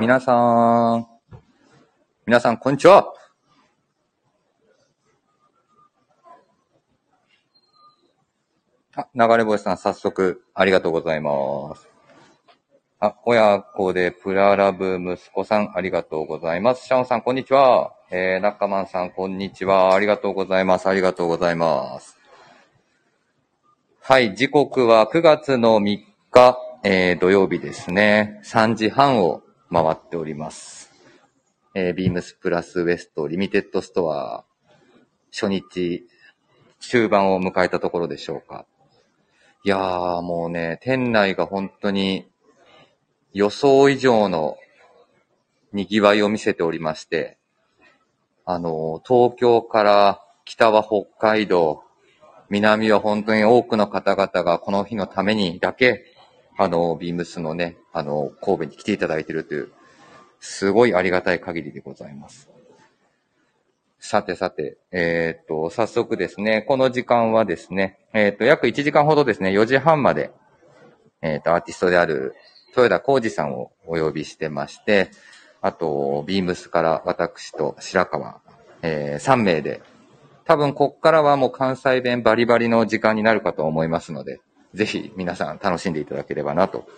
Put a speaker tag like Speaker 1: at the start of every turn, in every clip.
Speaker 1: 皆さん、皆さん、こんにちは。あ、流れ星さん、早速、ありがとうございます。あ、親子でプララブ息子さん、ありがとうございます。シャオンさん、こんにちは。えー、ナッカマンさん、こんにちは。ありがとうございます。ありがとうございます。はい、時刻は9月の3日、えー、土曜日ですね。3時半を回っております。えー、ビームスプラスウエストリミテッドストア、初日、終盤を迎えたところでしょうか。いやー、もうね、店内が本当に予想以上の賑わいを見せておりまして、あの、東京から北は北海道、南は本当に多くの方々がこの日のためにだけ、あの、ビームスのね、あの、神戸に来ていただいているという、すごいありがたい限りでございます。さてさて、えー、っと、早速ですね、この時間はですね、えー、っと、約1時間ほどですね、4時半まで、えー、っと、アーティストである豊田浩二さんをお呼びしてまして、あと、ビームスから私と白川、えー、3名で、多分こっからはもう関西弁バリバリの時間になるかと思いますので、ぜひ皆さん楽しんでいただければなと。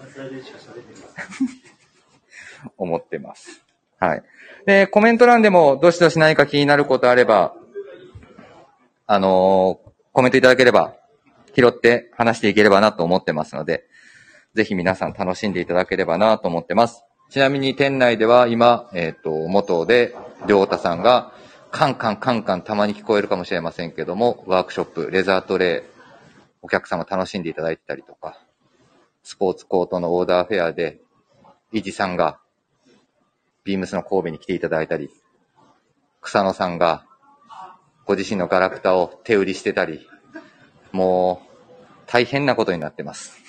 Speaker 1: 思ってます。はい。で、コメント欄でもどしどし何か気になることあれば、あのー、コメントいただければ、拾って話していければなと思ってますので、ぜひ皆さん楽しんでいただければなと思ってます。ちなみに店内では今、えっ、ー、と、元で、良太さんが、カンカンカンカンたまに聞こえるかもしれませんけども、ワークショップ、レザートレイ、お客様楽しんでいただいてたりとか、スポーツコートのオーダーフェアで、イジさんが、ビームスの神戸に来ていただいたり、草野さんが、ご自身のガラクタを手売りしてたり、もう、大変なことになってます。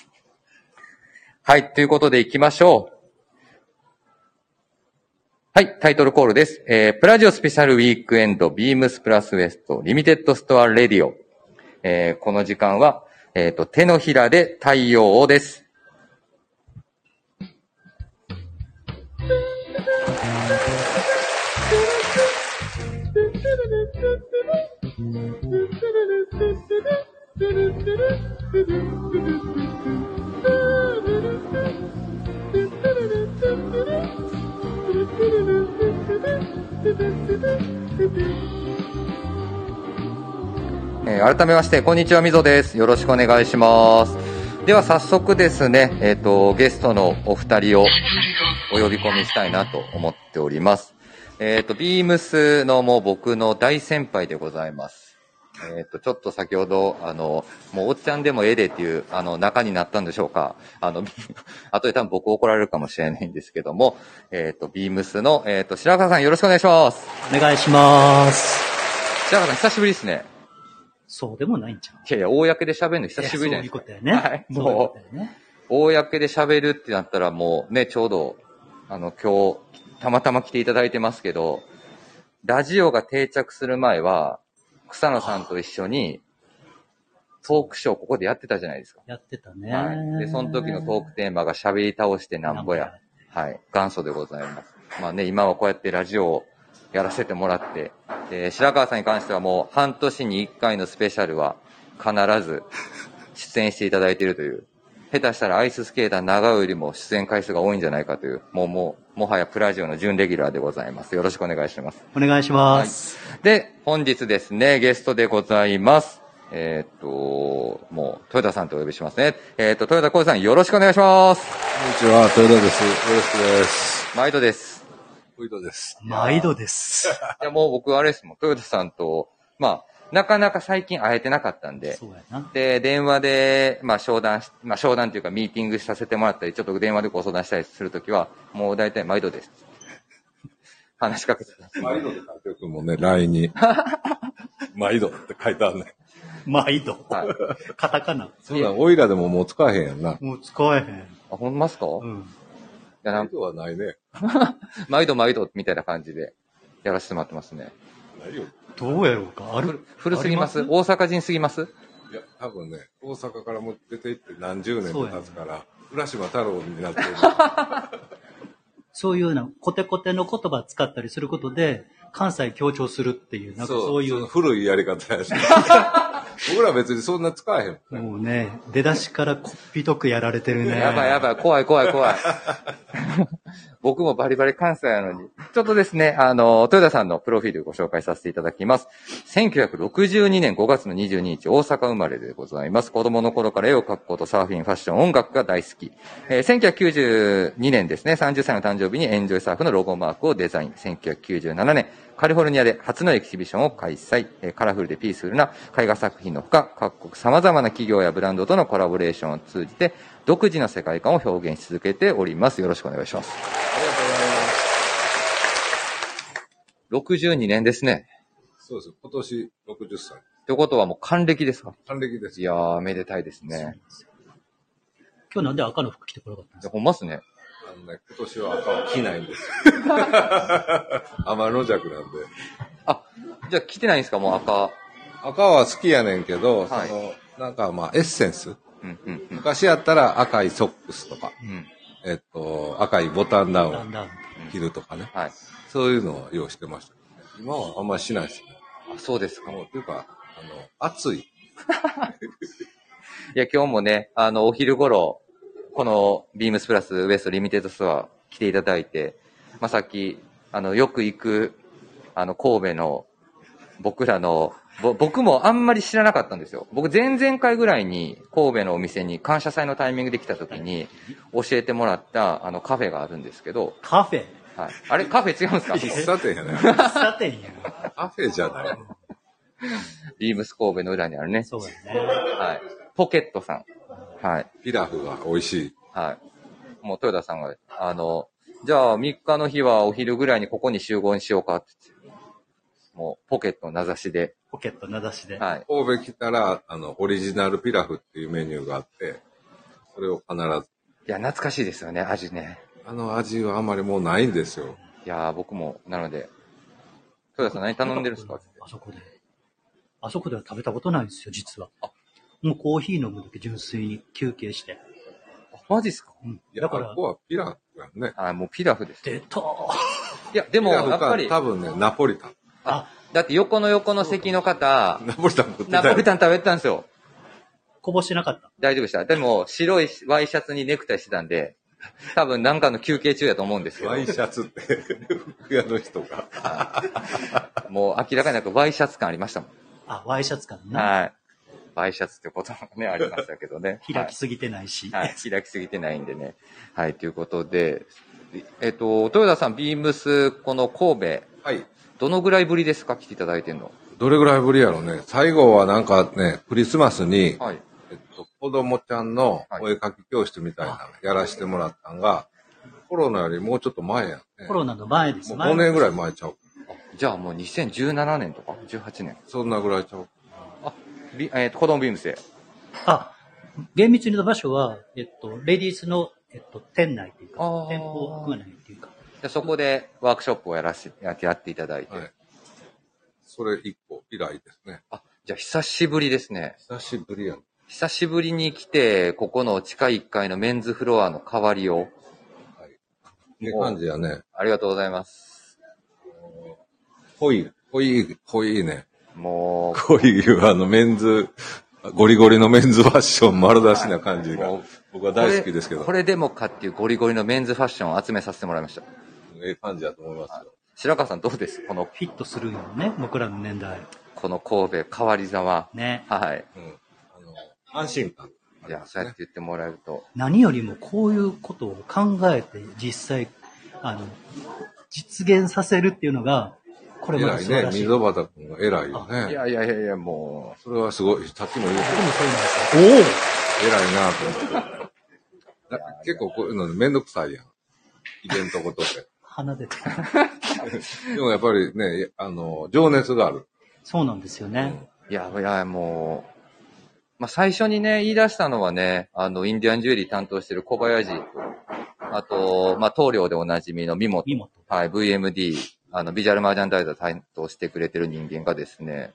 Speaker 1: はい、ということで行きましょう。はい、タイトルコールです。えー、プラジオスペシャルウィークエンド、ビームスプラスウエスト、リミテッドストアレディオ。えー、この時間は、えっ、ー、と、手のひらで太陽をです。えー、改めまして、こんにちは、みぞです。よろしくお願いします。では、早速ですね、えっ、ー、と、ゲストのお二人をお呼び込みしたいなと思っております。えっ、ー、と、ビームスのもう僕の大先輩でございます。えっ、と、ちょっと先ほど、あの、もうおっちゃんでもええでっていう、あの、中になったんでしょうか。あの、 後で多分僕怒られるかもしれないんですけども、えっ、と、ビームスの、えっ、と、白川さんよろしくお願いします。
Speaker 2: お願いします。
Speaker 1: 白川さん久しぶりですね。
Speaker 2: そうでもないんちゃう
Speaker 1: いやいや、公で喋るの久しぶりじゃないです。
Speaker 2: か。そういうことだよね。はい
Speaker 1: もう、ううね、公で喋るってなったらもうね、ちょうど、あの、今日、たまたま来ていただいてますけど、ラジオが定着する前は、草野さんと一緒に、トークショーここでやってたじゃないですか。
Speaker 2: やってたね。
Speaker 1: はい。で、その時のトークテーマが喋り倒してなんぼや。はい。元祖でございます。まあね、今はこうやってラジオをやらせてもらって、で、白川さんに関してはもう半年に1回のスペシャルは必ず出演していただいているという、下手したらアイススケーター長尾よりも出演回数が多いんじゃないかという、もうもう、もはやプラジオの準レギュラーでございます。よろしくお願いします。
Speaker 2: お願いします。
Speaker 1: はい、で、本日ですね、ゲストでございます。えー、っと、もう、豊田さんとお呼びしますね。えー、っと、豊田浩二さん、よろしくお願いします。
Speaker 3: こんにちは、豊田です。よろしくです。
Speaker 1: 毎度です。
Speaker 3: 毎度です。
Speaker 2: 毎度です。
Speaker 1: いや、もう僕あれですもん、豊田さんと、まあ、なかなか最近会えてなかったんで、で、電話で、まあ、商談し、まあ、商談というか、ミーティングさせてもらったり、ちょっと電話でご相談したりするときは、もう大体毎度 です。話しかけて
Speaker 3: た。毎度って書いてるくもね、LINE に。毎度って書いてあるね。
Speaker 2: 毎度、は い、カタカナ。
Speaker 3: そうだ、オイラでももう使えへんやんな。
Speaker 2: もう使えへん。
Speaker 1: あ、ほんますか
Speaker 2: うん。
Speaker 3: いや、なんとはないね。
Speaker 1: 毎度毎度みたいな感じでやらせてもらってますね。
Speaker 3: ないよ。
Speaker 2: どうやろうかある
Speaker 1: 古すぎます大阪人すぎます
Speaker 3: いや、多分ね、大阪からも出て行って何十年も経つから、ね、浦島太郎になってる。
Speaker 2: そういうようなコテコテの言葉を使ったりすることで、関西強調するっていう、なんかそうい、
Speaker 3: そう古いやり方やし。僕ら別にそんな使えへん。
Speaker 2: もうね、出だしからこっぴどくやられてるね。
Speaker 1: やばいやばい、怖い怖い怖い。僕もバリバリ関西なのに。ちょっとですね、あの、豊田さんのプロフィールご紹介させていただきます。1962年5月の22日、大阪生まれでございます。子供の頃から絵を描くこと、サーフィン、ファッション、音楽が大好き。えー1992年ですね、30歳の誕生日にエンジョイサーフのロゴマークをデザイン。1997年、カリフォルニアで初のエキシビションを開催。えーカラフルでピースフルな絵画作品のほか、各国様々な企業やブランドとのコラボレーションを通じて、独自の世界観を表現し続けております。よろしくお願いします。
Speaker 3: ありがとうございます。
Speaker 1: 62年ですね。
Speaker 3: そうです。今年60歳。
Speaker 1: ってことはもう還暦ですか
Speaker 3: 還暦です
Speaker 1: い。やー、めでたいですね。
Speaker 2: 今日なんで赤の服着てこなかったんです
Speaker 1: ほんまっすね。
Speaker 3: あのね、今年は赤は着ないんですよ。天の弱なんで。
Speaker 1: あ、じゃあ来てないんですかもう赤。
Speaker 3: 赤は好きやねんけど、
Speaker 1: はい
Speaker 3: その、なんかまあエッセンス。
Speaker 1: うん、うん、うん。
Speaker 3: 昔やったら赤いソックスとか、
Speaker 1: うん。
Speaker 3: えっと、赤いボタンダウ
Speaker 2: かだ
Speaker 3: ン
Speaker 2: んだん。
Speaker 3: を着るとかね。
Speaker 1: はい。
Speaker 3: そういうのを用意してましたけどね。今はあんましないですね。
Speaker 1: あ、そうですか。
Speaker 3: もう、というか、あの、暑い。
Speaker 1: いや、今日もね、あの、お昼頃、このビームスプラスウエストリミテッドストア来ていただいて、まあ、さっき、あの、よく行く、あの、神戸の、僕らの、ぼ僕もあんまり知らなかったんですよ。僕、前々回ぐらいに、神戸のお店に感謝祭のタイミングで来た時に、教えてもらった、あの、カフェがあるんですけど、
Speaker 2: カフェ。
Speaker 1: はい。あれ、カフェ違うんですか
Speaker 3: 喫茶店やね。
Speaker 2: 喫茶店や。
Speaker 3: カフェじゃない。
Speaker 1: ビームス神戸の裏にあるね。
Speaker 2: そうやね。
Speaker 1: はい。ポケットさん。はい。
Speaker 3: ピラフが美味しい。
Speaker 1: はい。もう豊田さんが、あの、じゃあ3日の日はお昼ぐらいにここに集合にしようかって言ってもうポケットの名指しで、
Speaker 2: ポケット名指しで。
Speaker 1: はい。
Speaker 3: 神戸来たら、あの、オリジナルピラフっていうメニューがあって、それを必ず。
Speaker 1: いや、懐かしいですよね、味ね。
Speaker 3: あの味はあんまりもうないんですよ。
Speaker 1: いやー、僕も、なので、豊田さん何頼んでるんですかって
Speaker 2: あそこで。あそこでは食べたことないんですよ、実は。もうコーヒー飲むだけ純粋に休憩して。
Speaker 1: あマジっすか
Speaker 2: うん
Speaker 3: いや、
Speaker 2: だか
Speaker 3: こ
Speaker 2: ら
Speaker 3: こ、はピラフやね。
Speaker 1: あもうピラフです。
Speaker 2: 出たー
Speaker 1: いや、で
Speaker 3: ピ
Speaker 1: も、
Speaker 3: ラフ
Speaker 1: やっぱ
Speaker 3: か
Speaker 1: り、
Speaker 3: 多分ね、ナポリタン。
Speaker 2: あ、
Speaker 1: だって横の横の席の方、
Speaker 3: ナポリタン食って
Speaker 1: ナ
Speaker 3: た
Speaker 1: ポリ
Speaker 3: よ。
Speaker 1: タン食べてたんですよ。
Speaker 2: こぼしてなかった。
Speaker 1: 大丈夫でした。でも、白いワイシャツにネクタイしてたんで、多分なんかの休憩中やと思うんですけど
Speaker 3: ワ、イシャツって、服屋の人が。
Speaker 1: もう明らかになんかワイシャツ感ありましたもん。
Speaker 2: あ、ワイシャツかな。
Speaker 1: はい。ワイシャツってこともね、ありましたけど ね。
Speaker 2: 開きすぎてないし。
Speaker 1: はい、はい開きすぎてないんでね。はい、ということで、えっと、豊田さん、ビームス、この神戸、
Speaker 3: はい。
Speaker 1: どのぐらいぶりですか来ていただいてんの。
Speaker 3: どれぐらいぶりやろうね。最後はなんかね、クリスマスに、
Speaker 1: はい。
Speaker 3: えっと、子供ちゃんの
Speaker 1: はい
Speaker 3: お絵描き教室みたいなのやらせてもらったんが、コロナよりもうちょっと前やね。
Speaker 2: コロナの前です。
Speaker 3: もう
Speaker 2: 前
Speaker 3: 5年ぐらい前ちゃう。
Speaker 1: じゃあもう2017年とか ?18 年。
Speaker 3: そんなぐらいちゃう。
Speaker 1: あ、ビえっと、子供ビームスで。
Speaker 2: あ、厳密に言うと場所は、えっと、レディースの、えっと、店内っていうか
Speaker 1: あー、
Speaker 2: 店舗内っていうか、
Speaker 1: でそこでワークショップをやらせて、やってやっていただいて。
Speaker 3: はい。それ一個以来ですね。
Speaker 1: あ、じゃあ久しぶりですね。
Speaker 3: 久しぶりやん。
Speaker 1: 久しぶりに来て、ここの地下1階のメンズフロアの代わりを。
Speaker 3: って感じやね。
Speaker 1: ありがとうございます。
Speaker 3: 濃い、濃い、濃いね。
Speaker 1: もう、
Speaker 3: 濃い、あの、メンズ、ゴリゴリのメンズファッション丸出しな感じが
Speaker 1: もう、
Speaker 3: 僕は大好きですけ
Speaker 1: これ
Speaker 3: ど
Speaker 1: こ、れでもかっていうゴリゴリのメンズファッションを集めさせてもらいました。
Speaker 3: ええ感じやと思いますよ。
Speaker 1: 白川さんどうですこの、
Speaker 2: フィットするよね、僕らの年代。
Speaker 1: この神戸変わりざま。
Speaker 2: ね。
Speaker 1: はい。
Speaker 3: うん。あの、安心感。
Speaker 1: いや、そうやって言ってもらえると。
Speaker 2: 何よりもこういうことを考えて、実際、あの、実現させるっていうのが、これま
Speaker 3: 偉
Speaker 2: た
Speaker 3: い
Speaker 2: 素晴
Speaker 3: ね。
Speaker 2: らしい。
Speaker 3: 溝端君が偉いよね。
Speaker 1: いやいやいやいや、も
Speaker 3: それはすごい。さっきも言
Speaker 2: 僕
Speaker 3: うけど、
Speaker 2: もそうなんですよ
Speaker 3: 偉いなと思って。だ結構こういうのめんどくさいやん。イベントごとって。
Speaker 2: 鼻出てる。
Speaker 3: でもやっぱりね、あの、情熱がある。
Speaker 2: そうなんですよね。
Speaker 1: う、いやいや、もう、まあ、最初にね、言い出したのはね、あの、インディアンジュエリー担当してる小林、あと、まあ、棟梁でおなじみのミモ
Speaker 2: 見事。
Speaker 1: はい、VMD、あの、ビジュアルマージャンダイザー担当してくれてる人間がですね、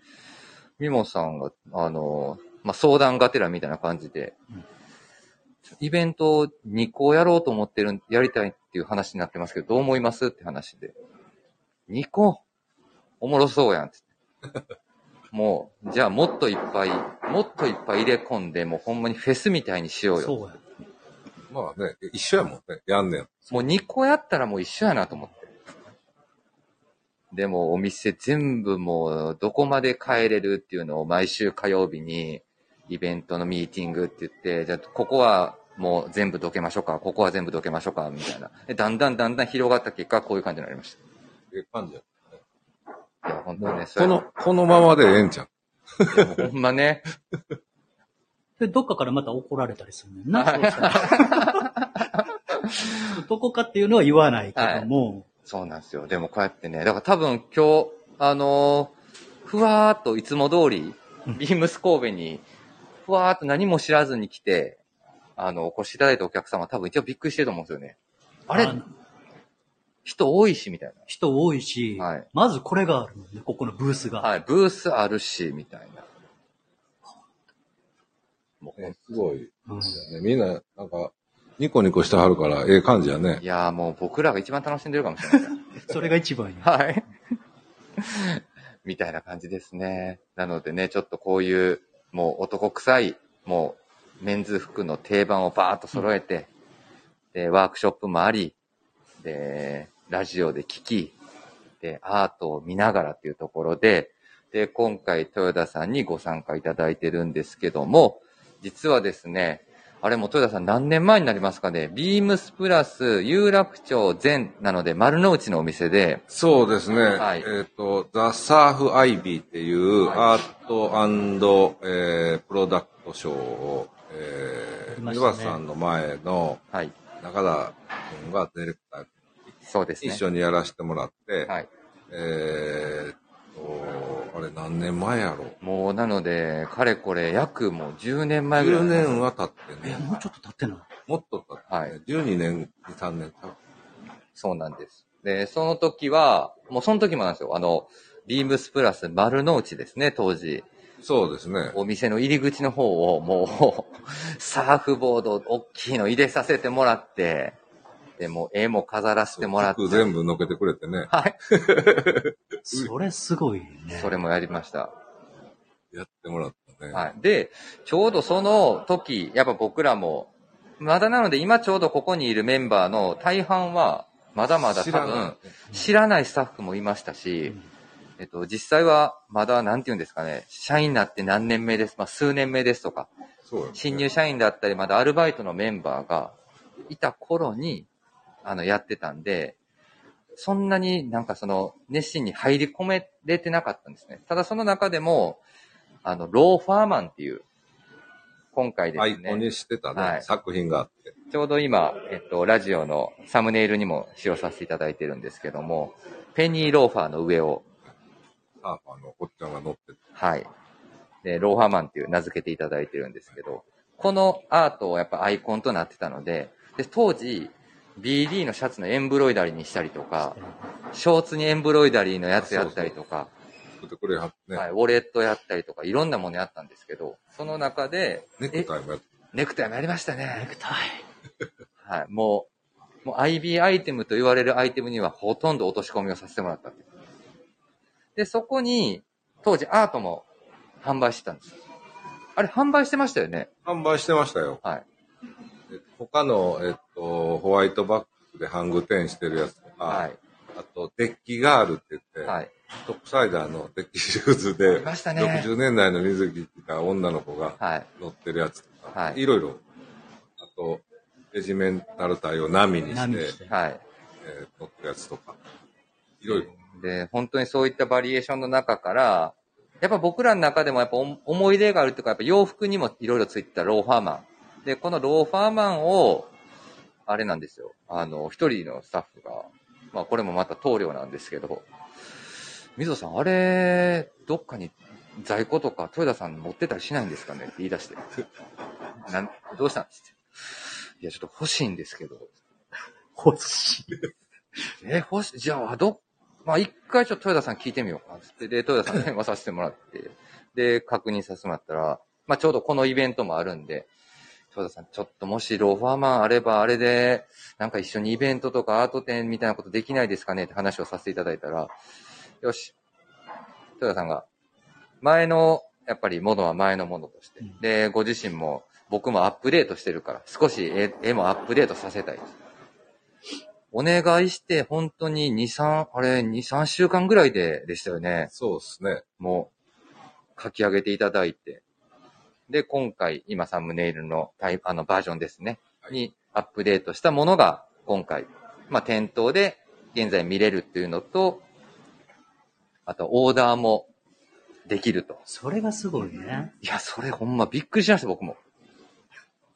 Speaker 1: ミモさんが、あの、まあ、相談がてらみたいな感じで、
Speaker 2: うん
Speaker 1: イベントを2個やろうと思ってる、やりたいっていう話になってますけど、どう思いますって話で。2個おもろそうやんっつって。もう、じゃあもっといっぱい、もっといっぱい入れ込んで、もうほんまにフェスみたいにしようよ。
Speaker 2: そうや。
Speaker 3: まあね、一緒やもんね。やんねん。
Speaker 1: もう2個やったらもう一緒やなと思って。でもお店全部もうどこまで帰れるっていうのを毎週火曜日にイベントのミーティングって言って、じゃあここはもう全部どけましょうか、ここは全部どけましょうか、みたいな。で、だんだんだんだん広がった結果、こういう感じになりまし
Speaker 3: え、感じや。
Speaker 1: た。いや、本当
Speaker 3: も
Speaker 1: にね、
Speaker 3: う
Speaker 1: そ
Speaker 3: この、このままでええんちゃう
Speaker 1: れもうほんま ね、
Speaker 2: で、どっかからまた怒られたりするねんな。そうしたらそうどこかっていうのは言わないけども、
Speaker 1: そうなんですよ。でもこうやってね、だから多分今日、あのーふわーっといつも通り、
Speaker 2: うん
Speaker 1: ビームス神戸に、ふわーっと何も知らずに来て、あの、お越しいただいたお客様は多分一応びっくりしてると思うんですよね。あれ
Speaker 2: の
Speaker 1: 人多いし、みたい
Speaker 2: 人多いし、
Speaker 1: はい
Speaker 2: まずこれがあるのね、ここのブースが。
Speaker 1: な。はい、ブースあるし、みたいな。もう
Speaker 3: ねすごい。
Speaker 2: うん
Speaker 3: ねみんな、なんか、ニコニコしてはるから、ええ感じやね
Speaker 1: い。やーもう僕らが一番楽しんでるかもしれない。
Speaker 2: それが一番や。
Speaker 1: はい。 みたいな感じですね。なのでね、ちょっとこういう、もう男臭い、もうメンズ服の定番をバーッと揃えて、で、ワークショップもあり、で、ラジオで聞き、で、アートを見ながらっていうところで、で、今回豊田さんにご参加いただいてるんですけども、実はですね、あれも豊田さん何年前になりますかね、ビームスプラス有楽町前なので丸の内のお店で、
Speaker 3: そうですね。
Speaker 1: はい
Speaker 3: えっ、と、ザ・サーフ・アイビーっていうアート、えー、プロダクトショーを、え
Speaker 2: あり
Speaker 3: ー、
Speaker 2: まし
Speaker 3: 岩
Speaker 2: たね
Speaker 3: 瀬さんの前の
Speaker 1: はい。
Speaker 3: 中田君がディレクター
Speaker 1: そうですね。
Speaker 3: 一緒にやらせてもらって、
Speaker 1: はい。
Speaker 3: えー、っと、あれ何年前やろ
Speaker 1: もう、なので、かれこれ、約もう10年前ぐらい。
Speaker 3: ?10 年は経って
Speaker 2: え、
Speaker 3: ね、
Speaker 2: もうちょっと経ってない。
Speaker 3: もっと経って、ね
Speaker 1: はい
Speaker 3: 12年、2、3年経っ
Speaker 1: そうなんです。で、その時は、もうその時もなんですよ。あの、ビームスプラス丸の内ですね、当時。
Speaker 3: そうですね。
Speaker 1: お店の入り口の方を、もう、 サーフボード大きいの入れさせてもらって、で、もう絵も飾らせてもらって
Speaker 3: 服。全部乗っけてくれてね。
Speaker 1: はい。
Speaker 2: それすごいね。
Speaker 1: それもやりました。
Speaker 3: やってもらったね。
Speaker 1: はい。で、ちょうどその時、やっぱ僕らも、まだなので今ちょうどここにいるメンバーの大半は、まだまだ
Speaker 3: 知
Speaker 1: 多
Speaker 3: らない
Speaker 1: 分、知らないスタッフもいましたし、
Speaker 2: うん
Speaker 1: えっと、実際はまだ、なんて言うんですかね、社員になって何年目です、まあ、数年目ですとか、
Speaker 3: そうよね
Speaker 1: 新入社員だったり、まだアルバイトのメンバーがいた頃に、あの、やってたんで、そんなになんかその、熱心に入り込めれてなかったんですね。ただその中でも、あの、ローファーマンっていう、今回です
Speaker 3: ア
Speaker 1: ね。
Speaker 3: イコンにしてたね、
Speaker 1: はい
Speaker 3: 作品があって。
Speaker 1: ちょうど今、えっと、ラジオのサムネイルにも使用させていただいてるんですけども、ペニーローファーの上を、
Speaker 3: サーファーのおっちゃんが乗ってて。
Speaker 1: はい。で、ローファーマンっていう名付けていただいてるんですけど、このアートをやっぱアイコンとなってたので、で、当時、BD のシャツのエンブロイダリーにしたりとか、ショーツにエンブロイダリーのやつやったりとか、
Speaker 3: 作ってくれはってね。
Speaker 1: はい、ウォレットやったりとか、いろんなものやったんですけど、その中で、
Speaker 3: ネクタイもやって。
Speaker 1: えネクタイもやりました
Speaker 2: ネ
Speaker 1: ね。
Speaker 2: クタ
Speaker 1: はい、もう、もう IB アイテムと言われるアイテムにはほとんど落とし込みをさせてもらったっていう。で、そこに、当時アートも販売してたんです。あれ、販売してましたよね。
Speaker 3: 販売してましたよ。
Speaker 1: はい。
Speaker 3: え他の、えっと、ホワイトバッグでハングテンしてるやつとか、
Speaker 1: はい。
Speaker 3: あと、デッキガールって言って、
Speaker 1: はい。
Speaker 3: トップサイダーのデッキシューズで
Speaker 1: い、ましたね。
Speaker 3: 60年代の水着着た女の子が
Speaker 1: はい。
Speaker 3: 乗ってるやつとか、、
Speaker 1: はい
Speaker 3: ろいろ。あと、レジメンタル隊を波
Speaker 2: イ
Speaker 3: にし
Speaker 2: 波
Speaker 3: て、
Speaker 2: して。
Speaker 1: はい。
Speaker 3: えー乗ってるやつとか、いろいろ。
Speaker 1: で、本当にそういったバリエーションの中から、やっぱ僕らの中でもやっぱ思思い出があるというか、やっぱ洋服にもいろいろついてたローファーマン。で、このローファーマンを、あれなんですよ。あの、一人のスタッフが、まあこれもまた棟梁なんですけど、水野さん、あれ、どっかに在庫とか豊田さん持ってたりしないんですかねって言い出して。なんどうしたんですって。いや、ちょっと欲しいんですけど、
Speaker 2: 欲しい。
Speaker 1: え、欲しい、じゃあ、ど、まあ、一回ちょっと豊田さん聞いてみようか。つって、で、豊田さんに電話させてもらって、で、確認させてもらったら、まあ、ちょうどこのイベントもあるんで、豊翔太さん、ちょっともしロファーマンあればあれで、なんか一緒にイベントとかアート展みたいなことできないですかねって話をさせていただいたら、よし。翔太さんが、前の、やっぱりものは前のものとして
Speaker 2: うん。
Speaker 1: で、ご自身も、僕もアップデートしてるから、少し絵絵もアップデートさせたい。お願いして、本当に2、3、あれ、2、3週間ぐらいで、でしたよね。
Speaker 3: そうですね。
Speaker 1: もう書き上げていただいて、で、今回、今サムネイルのタイプ、あのバージョンですね、
Speaker 3: はい
Speaker 1: にアップデートしたものが今回、まあ店頭で現在見れるっていうのと、あとオーダーもできると。
Speaker 2: それがすごいね。
Speaker 1: いや、それほんまびっくりしました、僕も。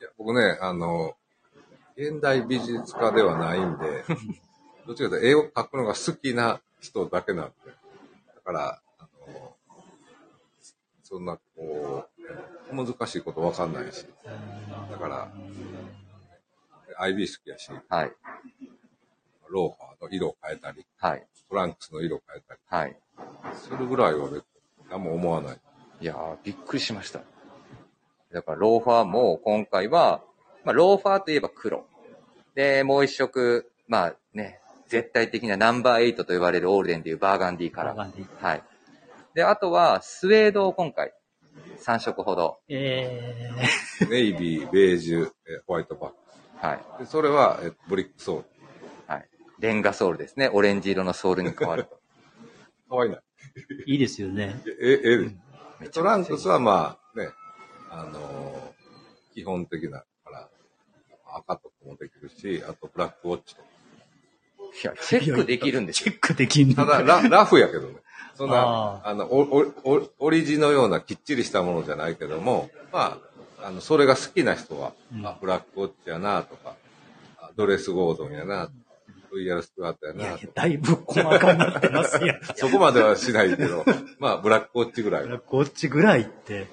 Speaker 3: いや僕ね、あの、現代美術家ではないんで、どっちかというと絵を描くのが好きな人だけなんで。だから、あの、そんな、こう、難しいことわかんないし。だから、IB 好きやし、
Speaker 1: はい、
Speaker 3: ローファーの色を変えたり、
Speaker 1: はい、
Speaker 3: トランクスの色を変えた
Speaker 1: はい。
Speaker 3: りするぐらいは別に何も思わない。
Speaker 1: いやー、びっくりしました。だから、ローファーも今回は、まあ、ローファーといえば黒。で、もう一色、まあね、絶対的なナンバーエイトと言われるオールデンというバーガンディカラー。
Speaker 2: ガンディ
Speaker 1: はい。で、あとは、スウェードを今回、3色ほど。
Speaker 2: え
Speaker 3: ネイビー、ベージュ、えホワイトバッ
Speaker 1: はい。
Speaker 3: ク。でそれは、えブリックソール。
Speaker 1: はい。レンガソールですね。オレンジ色のソールに変わる。
Speaker 3: かわいいな。
Speaker 2: ー、いいですよね。
Speaker 3: え、え、ええ、
Speaker 1: めちゃ
Speaker 3: ト
Speaker 1: くちゃ
Speaker 3: ラ
Speaker 1: いい
Speaker 3: ンクスはまあね、あのー基本的なから、赤とかもできるし、あとブラックウォッチとか。
Speaker 1: いや、チェックできるんです
Speaker 2: チ
Speaker 1: よ。
Speaker 2: ェックできんの
Speaker 3: ただ、ラ ラフやけどね。そんな、
Speaker 2: あ
Speaker 3: あのおおお、オリジのようなきっちりしたものじゃないけども、まあ、あの、それが好きな人は、
Speaker 2: うん
Speaker 3: あブラックウォッチやなとか、あドレスゴードンやなとか、VR スクワットや
Speaker 2: いや
Speaker 3: ないと
Speaker 2: や
Speaker 3: か、
Speaker 2: だいぶ細かになってますやん。
Speaker 3: そこまではしな いけど、まあ、ブラックウォッチぐらいは。
Speaker 2: こっちぐらいって、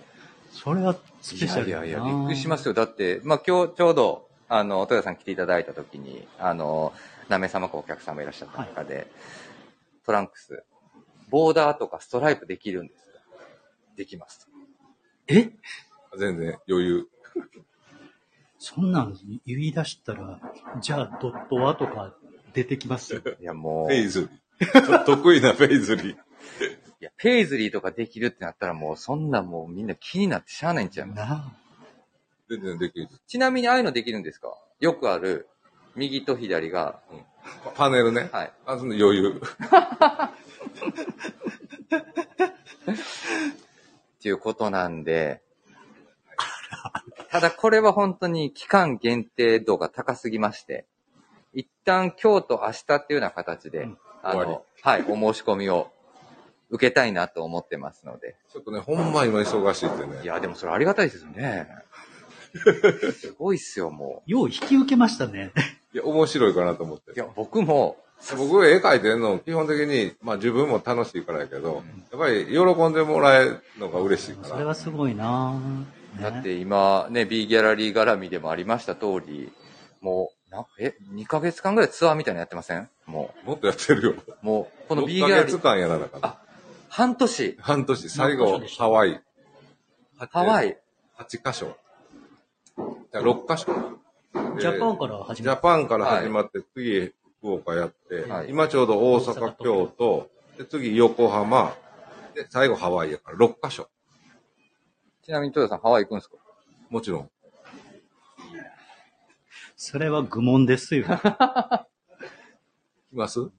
Speaker 2: それはスペシャル
Speaker 1: いやいやいや、びっくりし
Speaker 2: ま
Speaker 1: ましたよ。だって、まあ今日ちょうど、あの、豊田さん来ていただいた時に、あの、なめ様かお客様いらっしゃった中で、トランクス、ボーダーとかストライプできるんですよできます。
Speaker 2: え
Speaker 3: 全然余裕。
Speaker 2: そんなん言い出したら、じゃあドットはとか出てきますよ。
Speaker 1: いやもう、
Speaker 3: ペイ
Speaker 1: い
Speaker 3: ズリー。と得意なペイズリー。
Speaker 1: や、ペイズリーとかできるってなったらもう、そんなもうみんな気になってしゃあないんちゃいます
Speaker 2: な
Speaker 3: 全然できる。
Speaker 1: ちなみにああいうのできるんですかよくある、右と左が、
Speaker 3: パネルね。
Speaker 1: はい。
Speaker 3: あ、その余裕。
Speaker 1: っていうことなんで、ただこれは本当に期間限定度が高すぎまして、一旦今日と明日っていうような形で、
Speaker 2: うん
Speaker 1: あ
Speaker 3: 終わ
Speaker 1: の、はい、お申し込みを受けたいなと思ってますので。
Speaker 3: ちょっとね、ほんま今忙しいって
Speaker 1: い
Speaker 3: ね。
Speaker 1: や、でもそれありがたいですよね。すごいっすよ、も
Speaker 2: よう引き受けましたね。
Speaker 3: いや、面白いかなと思っ
Speaker 1: う。い
Speaker 3: て。
Speaker 1: や、僕も、
Speaker 3: 僕、絵描いてんの、基本的に、まあ自分も楽しいからやけど、やっぱり喜んでもらえるのが嬉しい
Speaker 2: そ
Speaker 3: か
Speaker 2: れ
Speaker 3: ら。
Speaker 2: はすごいな、ね
Speaker 1: だって今ね、B ギャラリー絡みでもありました通り、もう、なえ、2ヶ月間ぐらいツアーみたいなのやってませんも
Speaker 3: もっとやってるよ。
Speaker 1: う、もう、こ
Speaker 3: こ
Speaker 1: の
Speaker 3: の
Speaker 1: B ギ
Speaker 3: ヶ
Speaker 1: ャラリ
Speaker 3: 月
Speaker 1: ー、
Speaker 3: 間やらなかった。
Speaker 1: あ半年、
Speaker 3: 半年、
Speaker 2: 何
Speaker 3: 最後
Speaker 2: 箇所でし、た
Speaker 3: ハワイ。
Speaker 1: ハワイ、
Speaker 3: 8箇所。じゃあ6箇所。
Speaker 2: ジャパンか
Speaker 3: か
Speaker 2: ら始
Speaker 3: ジ
Speaker 2: ま
Speaker 3: ャ
Speaker 2: っ
Speaker 3: パンから始まって、次、福岡やって、
Speaker 1: はい
Speaker 3: 今ちょうど大阪、京都、で次、横浜、で、最後、ハワイやから、6箇所。
Speaker 1: ちなみに豊田さん、ハワイ行くんですか
Speaker 3: もちろん。
Speaker 2: それは愚問ですよ。行
Speaker 3: 来ます、
Speaker 1: 行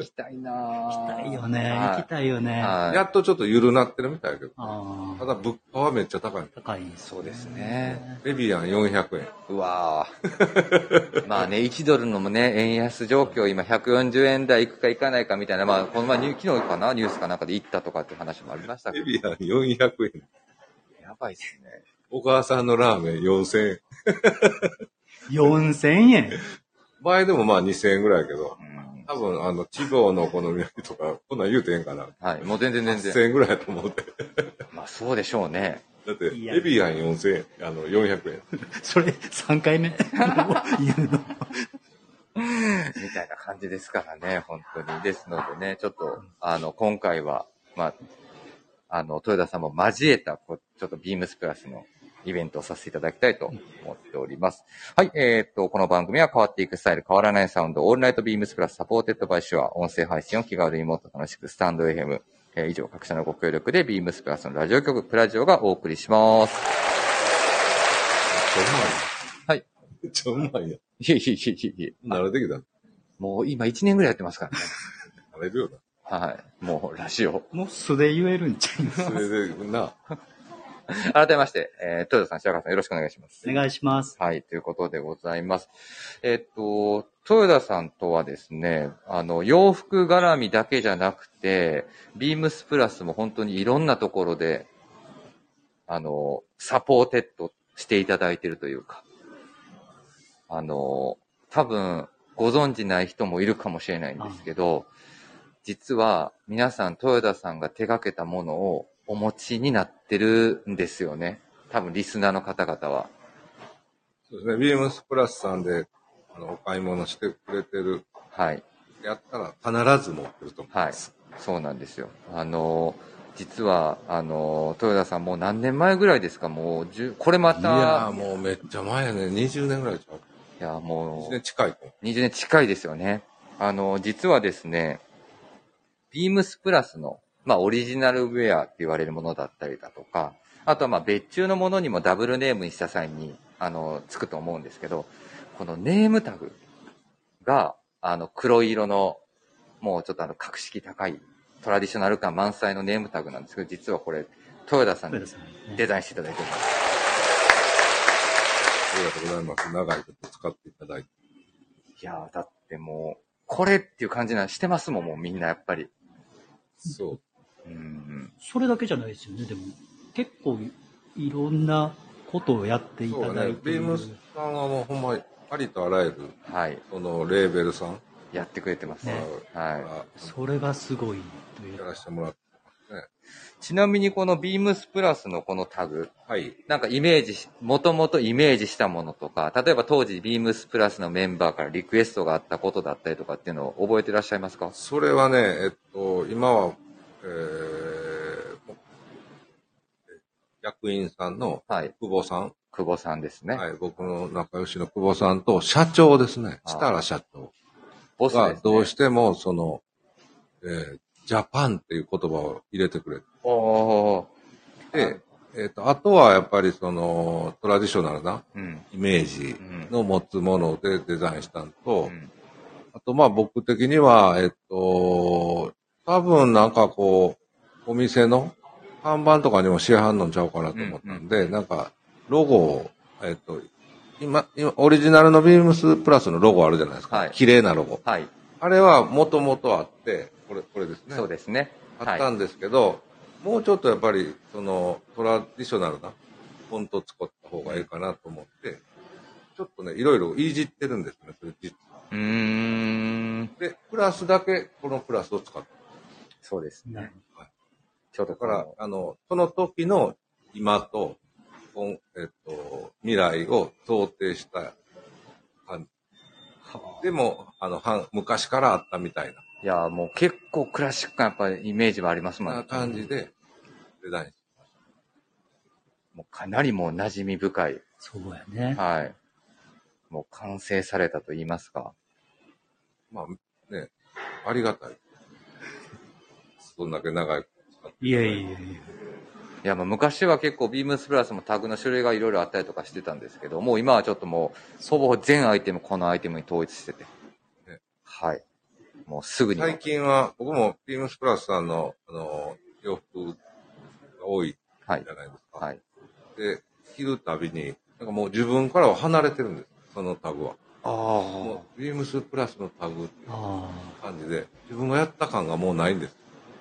Speaker 1: きたいな行
Speaker 2: きたいよね。行きたいよね。あ
Speaker 1: はい。
Speaker 3: やっとちょっと緩なってるみたいやけど。
Speaker 2: あ
Speaker 3: ただ、物価はめっちゃ高い。
Speaker 2: 高いんです
Speaker 1: そうですね。
Speaker 3: レビアン400円。
Speaker 1: うわぁ。 まあね、1ドルのもね、円安状況、今140円台行くか行かないかみたいな、まあ、この前ニュ、昨日かな、ニュースかなんかで行ったとかっていう話もありましたけ
Speaker 3: レ
Speaker 1: ど、
Speaker 3: ビアン400円。
Speaker 1: やばいっすね。
Speaker 3: お母さんのラーメン4000円。
Speaker 2: 4000円。
Speaker 3: 前でもまあ2000円ぐらいやけど、
Speaker 1: うん
Speaker 3: 多分、あの、地方のお好み焼きとか、こんなん言うてへんかな。
Speaker 1: はい、もう全然全然。
Speaker 3: 1000円ぐらいやと思って。
Speaker 1: まあそうでしょうね。
Speaker 3: だって、レビアン4000円、あの、400円。
Speaker 2: それ3回目言うの。
Speaker 1: みたいな感じですからね、本当に。ですのでね、ちょっと、あの、今回は、まあ、あの、豊田さんも交えた、こうちょっとビームスプラスのイベントをさせていただきたいと思っております。はい、えーっと、この番組は変わっていくスタイル、変わらないサウンド、オールナイトビームスプラスサポーテッドバイシュア、音声配信を気軽にもっと楽しく、スタンド FM、えー以上各社のご協力で、ビームスプラスのラジオ局、プラジオがお送りします。
Speaker 3: めっちゃうまいや
Speaker 1: い
Speaker 3: ん。
Speaker 1: えいえいえいえいえ。
Speaker 3: 慣れてきた。
Speaker 1: もう今1年ぐらいやってますからね。
Speaker 3: 慣れるよな。
Speaker 1: はい。もうラジオ。
Speaker 2: もう素で言えるんちゃい ます
Speaker 3: それで、な、
Speaker 1: 改めまして、えー、豊田さん、白川さんよろしくお願いします。
Speaker 2: お願いします。
Speaker 1: はい、ということでございます。えっと、豊田さんとはですね、あの、洋服絡みだけじゃなくて、ビームスプラスも本当にいろんなところで、あの、サポーテッドしていただいてるというか、あの、多分、ご存じない人もいるかもしれないんですけど、実は皆さん豊田さんが手掛けたものをお持ちになってるんですよね。多分リスナーの方々は。
Speaker 3: そうですね、ビームスプラスさんで、あの、お買い物してくれてる、
Speaker 1: はい。
Speaker 3: やったら必ず持ってると思います。
Speaker 1: そうなんですよ。あの、実は、あの、豊田さんもう何年前ぐらいですかもう10、これまた、
Speaker 3: いやー、もうめっちゃ前やね。20年ぐらいちゃう。
Speaker 1: いやも
Speaker 3: 1
Speaker 1: う
Speaker 3: 年、近いと思
Speaker 1: 20年近いですよね。あの、実はですね、ビームスプラスの、まあ、オリジナルウェアって言われるものだったりだとか、あとはまあ、別注のものにもダブルネームにした際に、あの、つくと思うんですけど、このネームタグが、あの、黒色の、もうちょっとあの、格式高い、トラディショナル感満載のネームタグなんですけど、実はこれ、豊田さん
Speaker 2: 豊
Speaker 1: に
Speaker 2: 田さん
Speaker 1: デ
Speaker 2: ね。
Speaker 1: ザインしていただいてます。
Speaker 3: う。ありがとうございます。長いこと使っていただいて。
Speaker 1: いやーだってもう、これっていう感じなんしてますもん、もうみんなやっぱり。
Speaker 3: そう。
Speaker 1: うん
Speaker 2: それだけじゃないですよね、でも。結構いろんなことをやってい
Speaker 3: そ
Speaker 2: た
Speaker 3: う
Speaker 2: だ
Speaker 3: ね
Speaker 2: い。て
Speaker 3: ビ
Speaker 2: い
Speaker 3: ー
Speaker 2: る。
Speaker 3: ムスさんはもうほんま、ありとあらゆる、
Speaker 1: うん。はい。
Speaker 3: その、レーベルさん
Speaker 1: やってくれてますね
Speaker 2: ね。
Speaker 1: は
Speaker 3: が
Speaker 2: それがすごいという
Speaker 3: や
Speaker 2: から
Speaker 3: せてもらって。
Speaker 1: い。ちなみにこのビームスプラスのこのタグ、
Speaker 3: はい。
Speaker 1: なんかイメージし、もともとイメージしたものとか、例えば当時ビームスプラスのメンバーからリクエストがあったことだったりとかっていうのを覚えてらっしゃいますか
Speaker 3: それはね、えっと、今は、えー、もう役員さんの
Speaker 1: はい。
Speaker 3: 久保さん、
Speaker 1: 久保さんですね。
Speaker 3: はい、僕の仲良しの久保さんと社長ですね、
Speaker 1: あー
Speaker 3: 設楽社長
Speaker 1: ボスです、
Speaker 3: が
Speaker 1: ね。
Speaker 3: どうしても、その、えージャパンっていう言葉を入れてくれ
Speaker 1: おー。
Speaker 3: て、えっと、あとはやっぱりその、トラディショナルな
Speaker 1: うん。
Speaker 3: イメージ
Speaker 1: うん。
Speaker 3: の持つものでデザインしたの
Speaker 1: う
Speaker 3: と、
Speaker 1: ん
Speaker 3: あと、まあ僕的には、えっと、多分なんかこう、お店の看板とかにも市販のちゃうかなと思ったんで、なんか、ロゴを、えっと、今、今、オリジナルのビームスプラスのロゴあるじゃないですか。
Speaker 1: はい
Speaker 3: 綺麗なロゴ。
Speaker 1: はい。
Speaker 3: あれはもともとあって、これ、これですね。
Speaker 1: そうですね。
Speaker 3: あった
Speaker 1: はい。
Speaker 3: んですけど、もうちょっとやっぱり、その、トラディショナルな、フォント使った方がいいかなと思って、ちょっとね、いろいろいじってるんですね、それ実
Speaker 1: うーん。
Speaker 3: で、プラスだけ、このプラスを使って。
Speaker 1: そうです
Speaker 2: な
Speaker 1: ね
Speaker 2: る。
Speaker 1: ちょっと
Speaker 3: だか
Speaker 1: こ
Speaker 3: ら
Speaker 1: の、
Speaker 3: あの、その時の今と、こんえっと、未来を想定した感じ。でも、あの、はん昔からあったみたい
Speaker 1: いやーもう結構クラシックなやっぱりイメージはありますもん
Speaker 3: な、な感じで、デザイン。
Speaker 1: もうかなりもう馴染み深い、
Speaker 2: そうやね。
Speaker 1: はい。もう完成されたと言いますか。
Speaker 3: まあ、ね、ありがたい。そんだけ長い。
Speaker 2: いやいやいやいや。
Speaker 1: いや、まあ昔は結構ビームスプラスもタグの種類がいろいろあったりとかしてたんですけど、もう今はちょっともう、ほぼ全アイテムこのアイテムに統一してて
Speaker 3: ね。
Speaker 1: はい。もうすぐに。
Speaker 3: 最近は、僕も、ビームスプラスさんの、あの、洋服が多いじ
Speaker 1: はい。
Speaker 3: ゃないですか。
Speaker 1: はい。
Speaker 3: で、着るたびに、なんかもう自分からは離れてるんです。そのタグは。
Speaker 1: あ
Speaker 3: も
Speaker 1: あ。
Speaker 3: う、ビームスプラスのタグっていう
Speaker 2: あ
Speaker 3: 感じで、自分がやった感がもうないんです。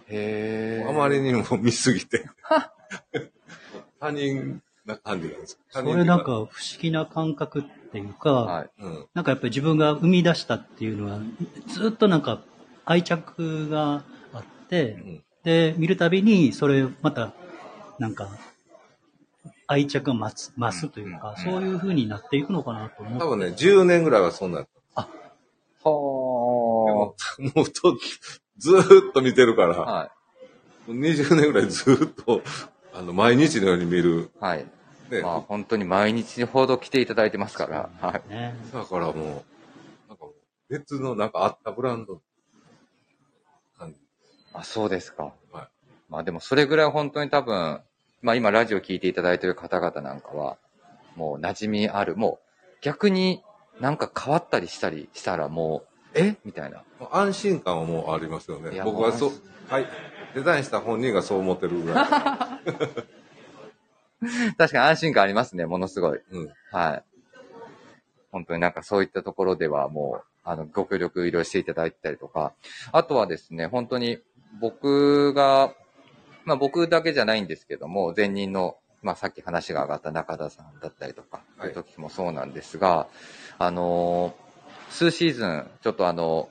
Speaker 1: へえ。
Speaker 3: あまりにも見すぎて。他人な感じなんです。
Speaker 2: あ。
Speaker 3: 他
Speaker 2: そ
Speaker 3: 人
Speaker 2: れなんか不思議な感覚っていうか、
Speaker 1: はい。
Speaker 3: うん。
Speaker 2: なんかやっぱり自分が生み出したっていうのは、ずっとなんか愛着があって、
Speaker 3: ん
Speaker 2: で、見るたびに、それまた、なんか、愛着が増す増すというか、
Speaker 1: うん
Speaker 2: そういう風になっていくのかなと思って。
Speaker 3: 多分ね、10年ぐらいはそんなんやった。で
Speaker 1: は
Speaker 3: も、もうと、ずーっと見てるか
Speaker 1: あ。
Speaker 3: ら、
Speaker 1: はい。
Speaker 3: 20年ぐらいずーっと、あの、毎日のように見る
Speaker 1: はい。
Speaker 3: ね、
Speaker 1: まあ本当に毎日ほど来ていただいてますから、はい。
Speaker 2: ね。
Speaker 3: だからもう、なんかもう、別のなんかあったブランドの感じ。
Speaker 1: あ、そうですか。
Speaker 3: は
Speaker 1: まあでもそれぐらい本当に多分、まあ今ラジオ聞いていただいている方々なんかは、もう馴染みある、もう逆になんか変わったりしたりしたらもう、えみたいな。
Speaker 3: い。もう安心感はもうありますよ
Speaker 1: い
Speaker 3: ね。
Speaker 1: や
Speaker 3: 僕はそう
Speaker 1: も、
Speaker 3: はい。デザインした本人がそう思ってる ぐらい。
Speaker 1: 確かに安心感ありますね、ものすごい。
Speaker 3: うん。
Speaker 1: はい。本当になんかそういったところではもう、あの、ご協力いろいろしていただいたりとか、あとはですね、本当に僕が、まあ僕だけじゃないんですけども、前任の、まあさっき話が上がった中田さんだったりとか、
Speaker 3: はい
Speaker 1: いう時もそうなんですが、あのー数シーズン、ちょっとあの、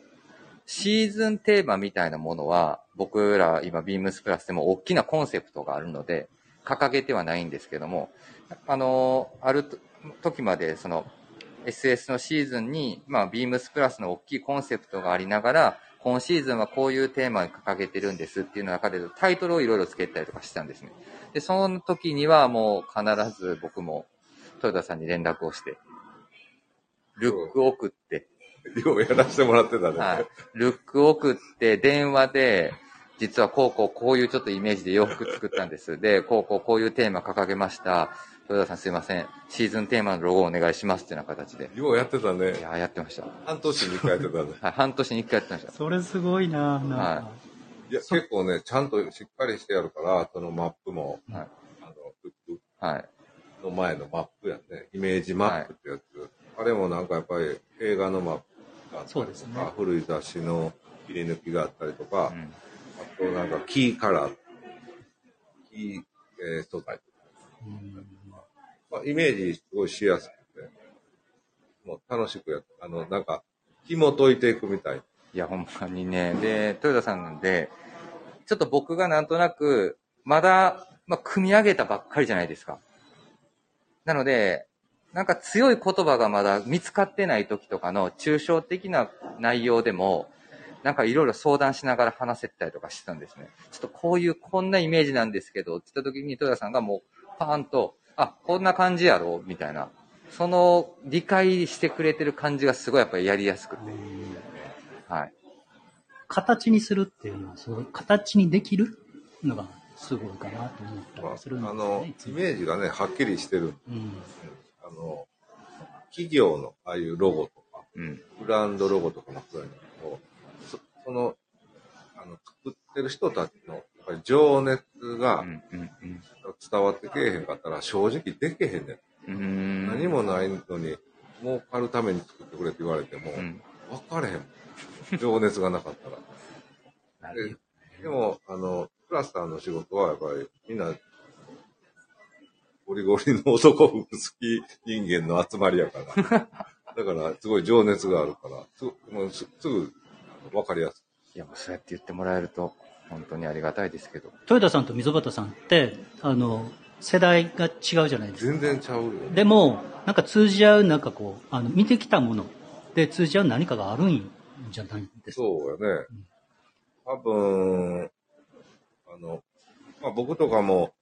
Speaker 1: シーズンテーマみたいなものは、僕ら今、ビームスプラスでも大きなコンセプトがあるので、掲げてはないんですけども、あのーあると時まで、その、SS のシーズンに、まあ、ビームスプラスの大きいコンセプトがありながら、今シーズンはこういうテーマに掲げてるんですっていう中で、タイトルをいろいろつけたりとかしてたんですね。で、その時にはもう必ず僕も、豊田さんに連絡をして、ルック送って、
Speaker 3: ようやらせてもらってたね。
Speaker 1: はい。ルック送って、電話で、実はこうこうこういうちょっとイメージで洋服作ったんです。で、こうこうこういうテーマ掲げました。豊田さんすいません。シーズンテーマのロゴをお願いしますっていうような形で。
Speaker 3: ようやってた
Speaker 1: い
Speaker 3: ね。
Speaker 1: やー、やってました。は
Speaker 3: 半年に一回やって たね。
Speaker 1: い。半年に一回やってました。
Speaker 2: それすごいななんか、
Speaker 1: はい
Speaker 3: や、結構ね、ちゃんとしっかりしてやるから、そのマップも、
Speaker 1: はい
Speaker 3: あの、ブック
Speaker 1: はい。
Speaker 3: の前のマップやね。イメージマップってやつ。あれもなんかやっぱり映画のマップがあった
Speaker 2: そう
Speaker 3: り
Speaker 2: で
Speaker 3: と
Speaker 2: す
Speaker 3: か、
Speaker 2: ね
Speaker 3: 古い雑誌の切り抜きがあったりとか、
Speaker 1: うん。
Speaker 3: あとなんかキーカラー、キー、えー素材、
Speaker 2: うん
Speaker 3: まあ。イメージすごいしやすくて、もう楽しくやっあの、なんか、紐解いていくみたい。
Speaker 1: いや、ほんまにね。で、豊田さんなんで、ちょっと僕がなんとなく、まだ、まあ、組み上げたばっかりじゃないですか。なので、なんか強い言葉がまだ見つかってない時とかの抽象的な内容でも、なんかいろいろ相談しながら話せたりとかしてたんですね。ちょっとこういう、こんなイメージなんですけど、って言った時に豊田さんがもう、パーンと、あ、こんな感じやろみたいな。その理解してくれてる感じがすごいやっぱりやりやすくて。
Speaker 2: うん
Speaker 1: はい。
Speaker 2: 形にするっていうのは、すごい、形にできるのがすごいかなと思った
Speaker 3: ま
Speaker 2: りするん
Speaker 3: あ、あ
Speaker 2: ですよ
Speaker 3: の
Speaker 2: ねい、つ
Speaker 3: イ
Speaker 2: も。
Speaker 3: メージがね、はっきりしてる。
Speaker 2: うん
Speaker 3: あの、企業のああいうロゴとか、
Speaker 1: うん。
Speaker 3: ブランドロゴとかもそうやねんけど、そその、あの、作ってる人たちの、やっぱり情熱
Speaker 1: う
Speaker 3: が
Speaker 1: んうんうん。
Speaker 3: 伝わってけえへんかったら、正直でけへんねん。
Speaker 1: うーん
Speaker 3: 何もないのに、儲かるために作ってくれって言われても、
Speaker 1: うん
Speaker 3: 分かれへんもん。情熱がなかったら。
Speaker 2: なる
Speaker 3: ででも、あの、クラスターの仕事はやっぱりみんな、ゴリゴリの男服好き人間の集まりやから。 だから、すごい情熱があるから、すぐもうすすぐ分かりやす
Speaker 1: いや、もうそうやって言ってもらえると、本当にありがたいですけど。
Speaker 2: 豊田さんと溝端さんって、あの、世代が違うじゃないで
Speaker 3: い。
Speaker 2: すか。
Speaker 3: 全然ちゃうよ。
Speaker 2: でも、なんか通じ合う、なんかこう、あの、見てきたもので通じ合う何かがあるんじゃないですか。
Speaker 3: そうやね。多分、あの、まあ、僕とかも、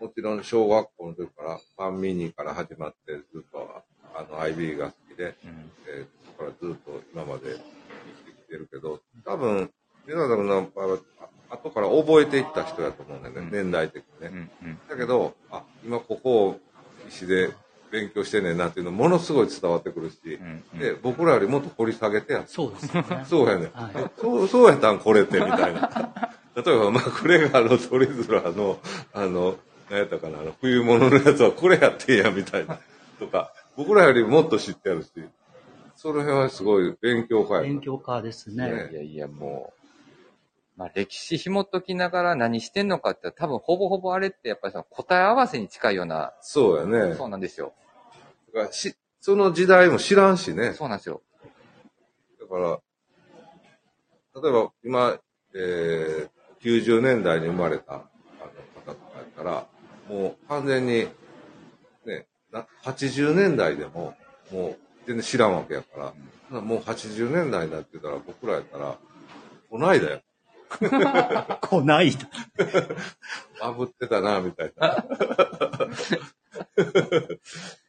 Speaker 3: もちろん小学校の時から、ファンミニから始まって、ずっと、あの、IB が好きで、
Speaker 1: うん。
Speaker 3: えーそこからずっと今まで生きてきてるけど、多分、皆さんの場合は、あ後から覚えていった人やと思うんだよね、
Speaker 1: うん
Speaker 3: 年代的に
Speaker 1: う
Speaker 3: ね。
Speaker 1: んうん。
Speaker 3: だけど、あ、今ここを石で勉強してんねんなっていうのものすごい伝わってくるし、
Speaker 1: うんうん
Speaker 3: で、僕らよりもっと掘り下げてやっ
Speaker 2: そうですよね。
Speaker 3: そうやねん。
Speaker 2: はい
Speaker 3: そう、そうやったんこれって、みたいな。 例えば、まあ、これがあの、それぞれあの、あの、何やったかな、あの、冬物のやつはこれやってんや、みたいな。とか、僕らよりもっと知ってやるし、その辺はすごい勉強会。
Speaker 2: 勉強家ですね
Speaker 3: ね。
Speaker 1: いやいや、もう、まあ歴史紐解きながら何してんのかって、多分ほぼほぼあれって、やっぱりその答え合わせに近いような、
Speaker 3: そうやね。
Speaker 1: そうなんですよ。
Speaker 3: だからしその時代も知らんしね。
Speaker 1: そうなんですよ。
Speaker 3: だから、例えば今、えー90年代に生まれたあの方とかやったら、もう完全に、ね、な80年代でも、もう全然知らんわけやから、ただもう80年代になってたら、僕らやったら、こないだよ。
Speaker 2: こないだ。
Speaker 3: あぶってたな、みたいな。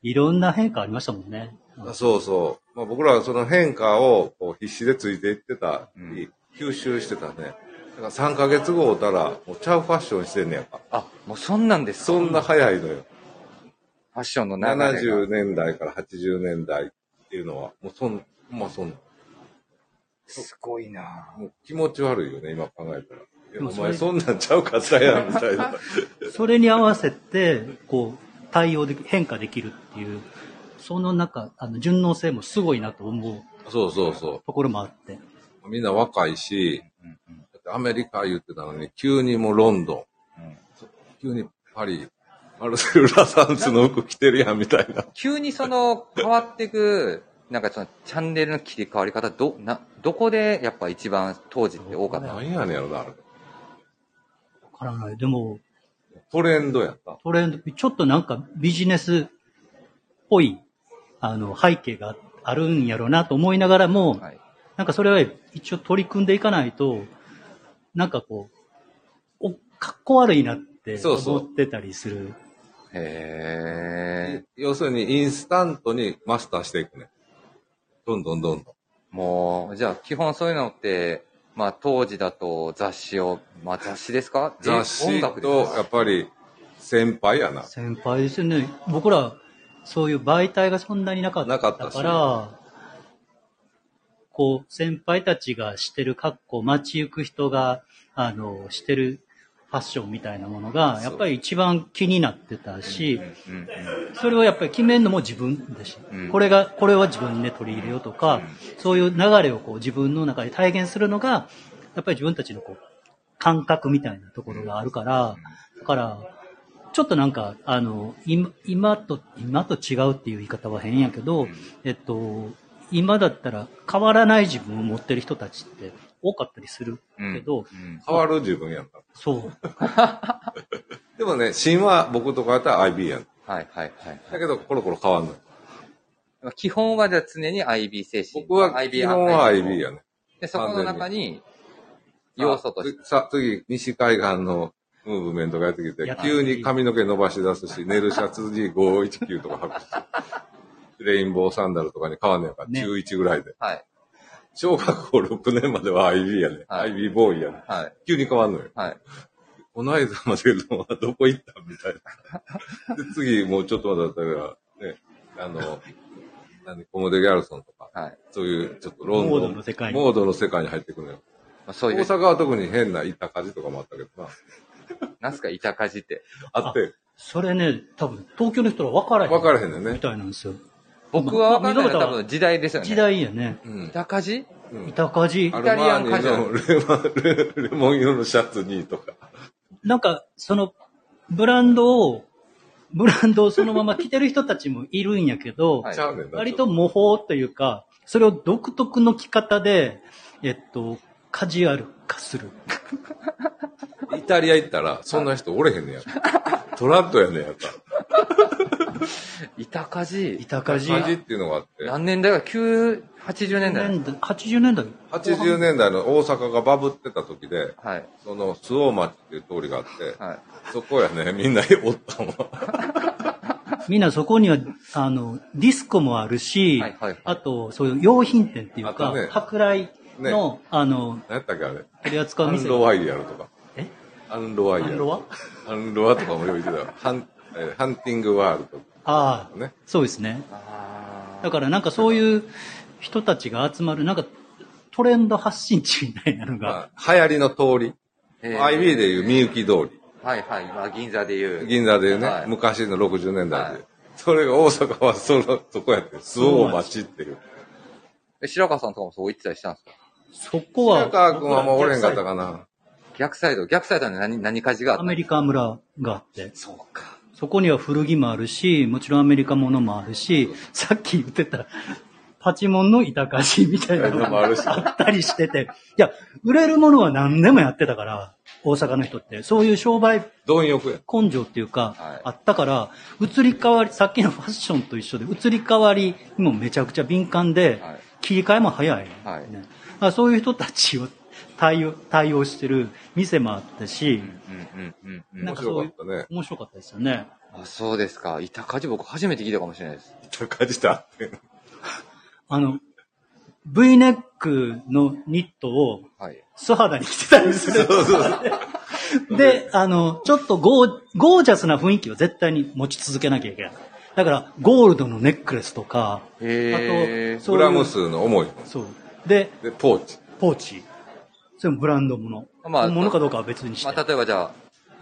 Speaker 2: いろんな変化ありましたもんね。
Speaker 3: あそうそう。まあ、僕らはその変化をこう必死でついていってたり、
Speaker 1: うん
Speaker 3: 吸収してたね。だから3ヶ月後おったら、もうちゃうファッションしてんねやんか。
Speaker 1: あ、もうそんなんですか
Speaker 3: そんな早いのよ。
Speaker 1: ファッションの流れが。
Speaker 3: 70年代から80年代っていうのは、もうそん、まあそんな。
Speaker 1: すごいな
Speaker 3: もう気持ち悪いよね、今考えたら。い
Speaker 2: で
Speaker 3: や
Speaker 2: も
Speaker 3: お
Speaker 2: それ
Speaker 3: 前そんなんちゃうかったやん、みた いな。
Speaker 2: それに合わせて、こう、対応でき、変化できるっていう、その中、あの、順応性もすごいなと思う
Speaker 3: そうそうそ
Speaker 2: ところもあって。
Speaker 3: う。みんな若いし、
Speaker 1: うんうん
Speaker 3: だってアメリカ言ってたのに、急にもうロンドン、
Speaker 1: うん
Speaker 3: 急にパリ、マルセル・ラサンスの服着てるやん、みたいな。
Speaker 1: 急にその変わっていく、なんかそのチャンネルの切り替わり方、ど、な、どこでやっぱ一番当時って多かった
Speaker 3: なんやねんやろな、あれ。
Speaker 2: わからない。でも、
Speaker 3: トレンドやった。
Speaker 2: トレンド、ちょっとなんかビジネスっぽい、あの、背景があるんやろうなと思いながらも、
Speaker 1: はい。
Speaker 2: なんかそれは一応取り組んでいかないと、なんかこう、お、かっこ悪いなって
Speaker 3: そうそう
Speaker 2: 思ってたりする。
Speaker 1: へえ。
Speaker 3: 要するにインスタントにマスターしていくね。どんどんどんどん。
Speaker 1: もう、じゃあ基本そういうのって、まあ当時だと雑誌を、まあ雑誌ですかえ
Speaker 3: 雑誌
Speaker 1: 音楽
Speaker 3: と、
Speaker 1: です
Speaker 3: や
Speaker 1: か
Speaker 3: っぱり、先輩やな。
Speaker 2: 先輩ですよね。僕ら、そういう媒体がそんなになかった
Speaker 3: なかったし
Speaker 2: から、こう、先輩たちがしてる格好、街行く人が、あの、してるファッションみたいなものが、
Speaker 3: そう
Speaker 2: やっぱり一番気になってたし、
Speaker 1: うんうん
Speaker 2: それをやっぱり決めるのも自分だし、
Speaker 1: うん
Speaker 2: これが、これは自分で取り入れようとか、そういう流れをこう自分の中で体現するのが、やっぱり自分たちのこう、感覚みたいなところがあるから、だから、ちょっとなんか、あの、今、今と、今と違うっていう言い方は変やけど、えっと、今だったら変わらない自分を持ってる人たちって多かったりする
Speaker 1: うん
Speaker 2: け
Speaker 1: う
Speaker 2: ど、
Speaker 1: ん
Speaker 3: 変わる自分やんか。
Speaker 2: そう、
Speaker 3: でもね、芯は僕とかやったら IB やん。
Speaker 1: はいはいはい
Speaker 3: だけど、コロコロ変わんない。
Speaker 1: はい。基本はじゃあ常に IB 精神。
Speaker 3: 僕は、基
Speaker 1: IB
Speaker 3: 本は IB
Speaker 1: や。
Speaker 3: やね。
Speaker 1: で、そこの中に、要素として。
Speaker 3: さ、次、西海岸のムーブメントがやってきて
Speaker 2: やっ、た
Speaker 3: 急に髪の毛伸ばし出すし、ネルシャツ G519 とか履 くし、レインボーサンダルとかに変わんねやんから、
Speaker 2: ね
Speaker 3: 中1ぐらいで。
Speaker 1: はい。
Speaker 3: 小学校6年までは IB やね。
Speaker 1: はい
Speaker 3: IB ボーイやね。
Speaker 1: はい。
Speaker 3: 急に変わんのよ。
Speaker 1: はい。
Speaker 3: この間までのはどこ行ったみたいな。で、次、もうちょっとまだだったら、ね、あの、何、コモデ・ギャルソンとか、
Speaker 1: はい。
Speaker 3: そういう、ちょっとロンドン。
Speaker 2: モードの世界に
Speaker 3: モードの世界に入ってくるのよ。
Speaker 1: まあ、そう
Speaker 3: 大
Speaker 1: いう、
Speaker 3: 阪は特に変な板鍛冶とかもあったけどな。
Speaker 1: なんすか、板かじって。
Speaker 3: あって、
Speaker 2: それね、多分東京の人ら分からへん。
Speaker 3: 分からへんのよ
Speaker 2: み
Speaker 3: ね。
Speaker 2: たいなんですよ。
Speaker 1: 僕は分かんないのは
Speaker 2: まあ
Speaker 1: 多分時代ですよね。
Speaker 2: 時。代やね。
Speaker 3: うん。
Speaker 1: 板かじ
Speaker 3: うん
Speaker 2: 板鍛冶
Speaker 3: アル
Speaker 1: タリア
Speaker 3: マ
Speaker 1: ン
Speaker 3: ー
Speaker 1: カ
Speaker 3: ニ
Speaker 1: ジュア
Speaker 3: のレモンレレモン色のシャツにとか。
Speaker 2: なんか、その、ブランドを、ブランドをそのまま着てる人たちもいるんやけど、
Speaker 1: はい
Speaker 3: ちゃうねんな。
Speaker 2: 割と模倣というか、それを独特の着方で、えっと、カジュアル化する。
Speaker 3: イタリア行ったら、そんな人おれへんねや。トラッドやねんやっぱ。
Speaker 1: 板かじ
Speaker 2: 板鍛
Speaker 3: 感じ
Speaker 2: 冶。
Speaker 3: っていうのがあって。
Speaker 1: 何年代が9、80年代。
Speaker 2: 年代80年代
Speaker 3: 80年代の大阪がバブってた時で、
Speaker 1: はい。
Speaker 3: その、周王町っていう通りがあって、
Speaker 1: はい。
Speaker 3: そこやね、みんなおったもん。
Speaker 2: みんなそこには、あの、ディスコもあるし、
Speaker 1: はいはいはい
Speaker 2: あと、そういう用品店っていう
Speaker 3: あ
Speaker 2: か、
Speaker 3: とね
Speaker 2: 舶来の、あの、
Speaker 3: 何やったっけあれ。
Speaker 2: 取り扱
Speaker 3: ア
Speaker 2: う
Speaker 3: ン
Speaker 2: 店。
Speaker 3: ロワイヤルとか。
Speaker 2: え
Speaker 3: アンロワイヤ
Speaker 2: ア
Speaker 3: ル。
Speaker 2: ンロワ
Speaker 3: アンロワとかもよく言ってたよ。ハン、えーハンティングワールドと
Speaker 2: あ
Speaker 3: か
Speaker 2: あ、
Speaker 3: ね。
Speaker 2: そうですね。
Speaker 1: あ
Speaker 2: だからなんかそういう人たちが集まる、なんかトレンド発信地みたいなのが、
Speaker 3: まあ、流行りの通り。
Speaker 1: ーえー
Speaker 3: IB でいうみゆき通
Speaker 1: はいはい。まあ、銀座でいう。
Speaker 3: り。銀座でいうね、
Speaker 1: はい
Speaker 3: 昔の60年代
Speaker 1: は
Speaker 3: で。
Speaker 1: い
Speaker 3: それが大阪はその、そこやって、周防町っていう。
Speaker 1: え白川さんとかもそう言ってたりしたんですか
Speaker 2: そこは、
Speaker 3: 白川君はもうおれんかったかな。
Speaker 1: 逆サイド。逆サイドに何、何かじがあっ
Speaker 2: ア
Speaker 1: た
Speaker 2: メリカ村があって、
Speaker 1: そうか。
Speaker 2: そこには古着もあるし、もちろんアメリカものもあるし、さっき言ってた、パチモンの板菓子みたいなの
Speaker 3: も あるし
Speaker 2: あったりしてて、いや、売れるものは何でもやってたから、大阪の人って、そういう商売
Speaker 3: 貪欲や。
Speaker 2: 根性っていうか、
Speaker 1: はい
Speaker 2: あったから、移り変わり、さっきのファッションと一緒で、移り変わりにもめちゃくちゃ敏感で、
Speaker 1: はい
Speaker 2: 切り替えも早い、ね
Speaker 1: はい
Speaker 2: だからそういう人たちを 対応対応してる店もあったし、
Speaker 1: うんうんうんうん。
Speaker 2: な
Speaker 3: 面
Speaker 2: んかそ
Speaker 3: 白
Speaker 2: う
Speaker 3: か
Speaker 2: い
Speaker 3: ったね。
Speaker 2: 面白かったですよね。
Speaker 1: あ、そうですか。板鍛冶僕初めて聞いたかもしれないです。
Speaker 3: 板鍛冶とあってんの。
Speaker 2: あの、V ネックのニットを
Speaker 1: はい。
Speaker 2: 素肌に着てたりする。 で、あの、ちょっとゴーゴージャスな雰囲気を絶対に持ち続けなきゃいけない。だから、ゴールドのネックレスとか、
Speaker 1: へ
Speaker 2: あ
Speaker 1: え
Speaker 2: と。そう
Speaker 3: グラム数の重いの。
Speaker 2: そう。で、
Speaker 3: で、ポーチ。
Speaker 2: ポーチ。それもブランド物。
Speaker 1: まあ
Speaker 2: 物かどうかは別にして。
Speaker 1: まあ、例えばじゃあ、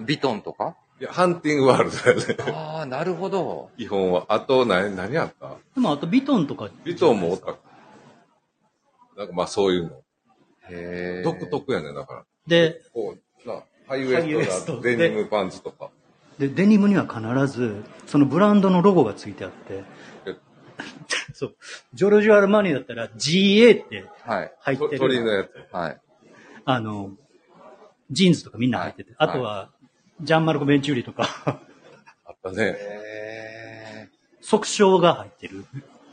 Speaker 1: ビトンとか
Speaker 3: いや、ハンティングワールドだよね。
Speaker 1: ああ、なるほど。
Speaker 3: 基本は。あと、何、何あった
Speaker 2: でも、あとビトンとか。
Speaker 3: ビトンもおった。なんかまあそういうの。
Speaker 1: へえ。
Speaker 3: 独特やね、だから。
Speaker 2: で、
Speaker 3: こう、な、ハイウ
Speaker 2: ハイウエス
Speaker 3: エス
Speaker 2: ト
Speaker 3: ト
Speaker 2: で
Speaker 3: なデニムパンツとか。
Speaker 2: で、デニムには必ず、そのブランドのロゴがついてあって
Speaker 3: え、
Speaker 2: そう。ジョルジュ・アルマーニだったら GA って
Speaker 1: はい。
Speaker 2: 入って
Speaker 3: と
Speaker 2: る。
Speaker 3: 鳥のやつ。
Speaker 1: はい。
Speaker 2: あの、ジーンズとかみんな入ってて、
Speaker 1: はい
Speaker 2: あとは、ジャンマルコ・ベンチューリとか、
Speaker 3: あったね。
Speaker 1: へ
Speaker 2: 即章が入って る。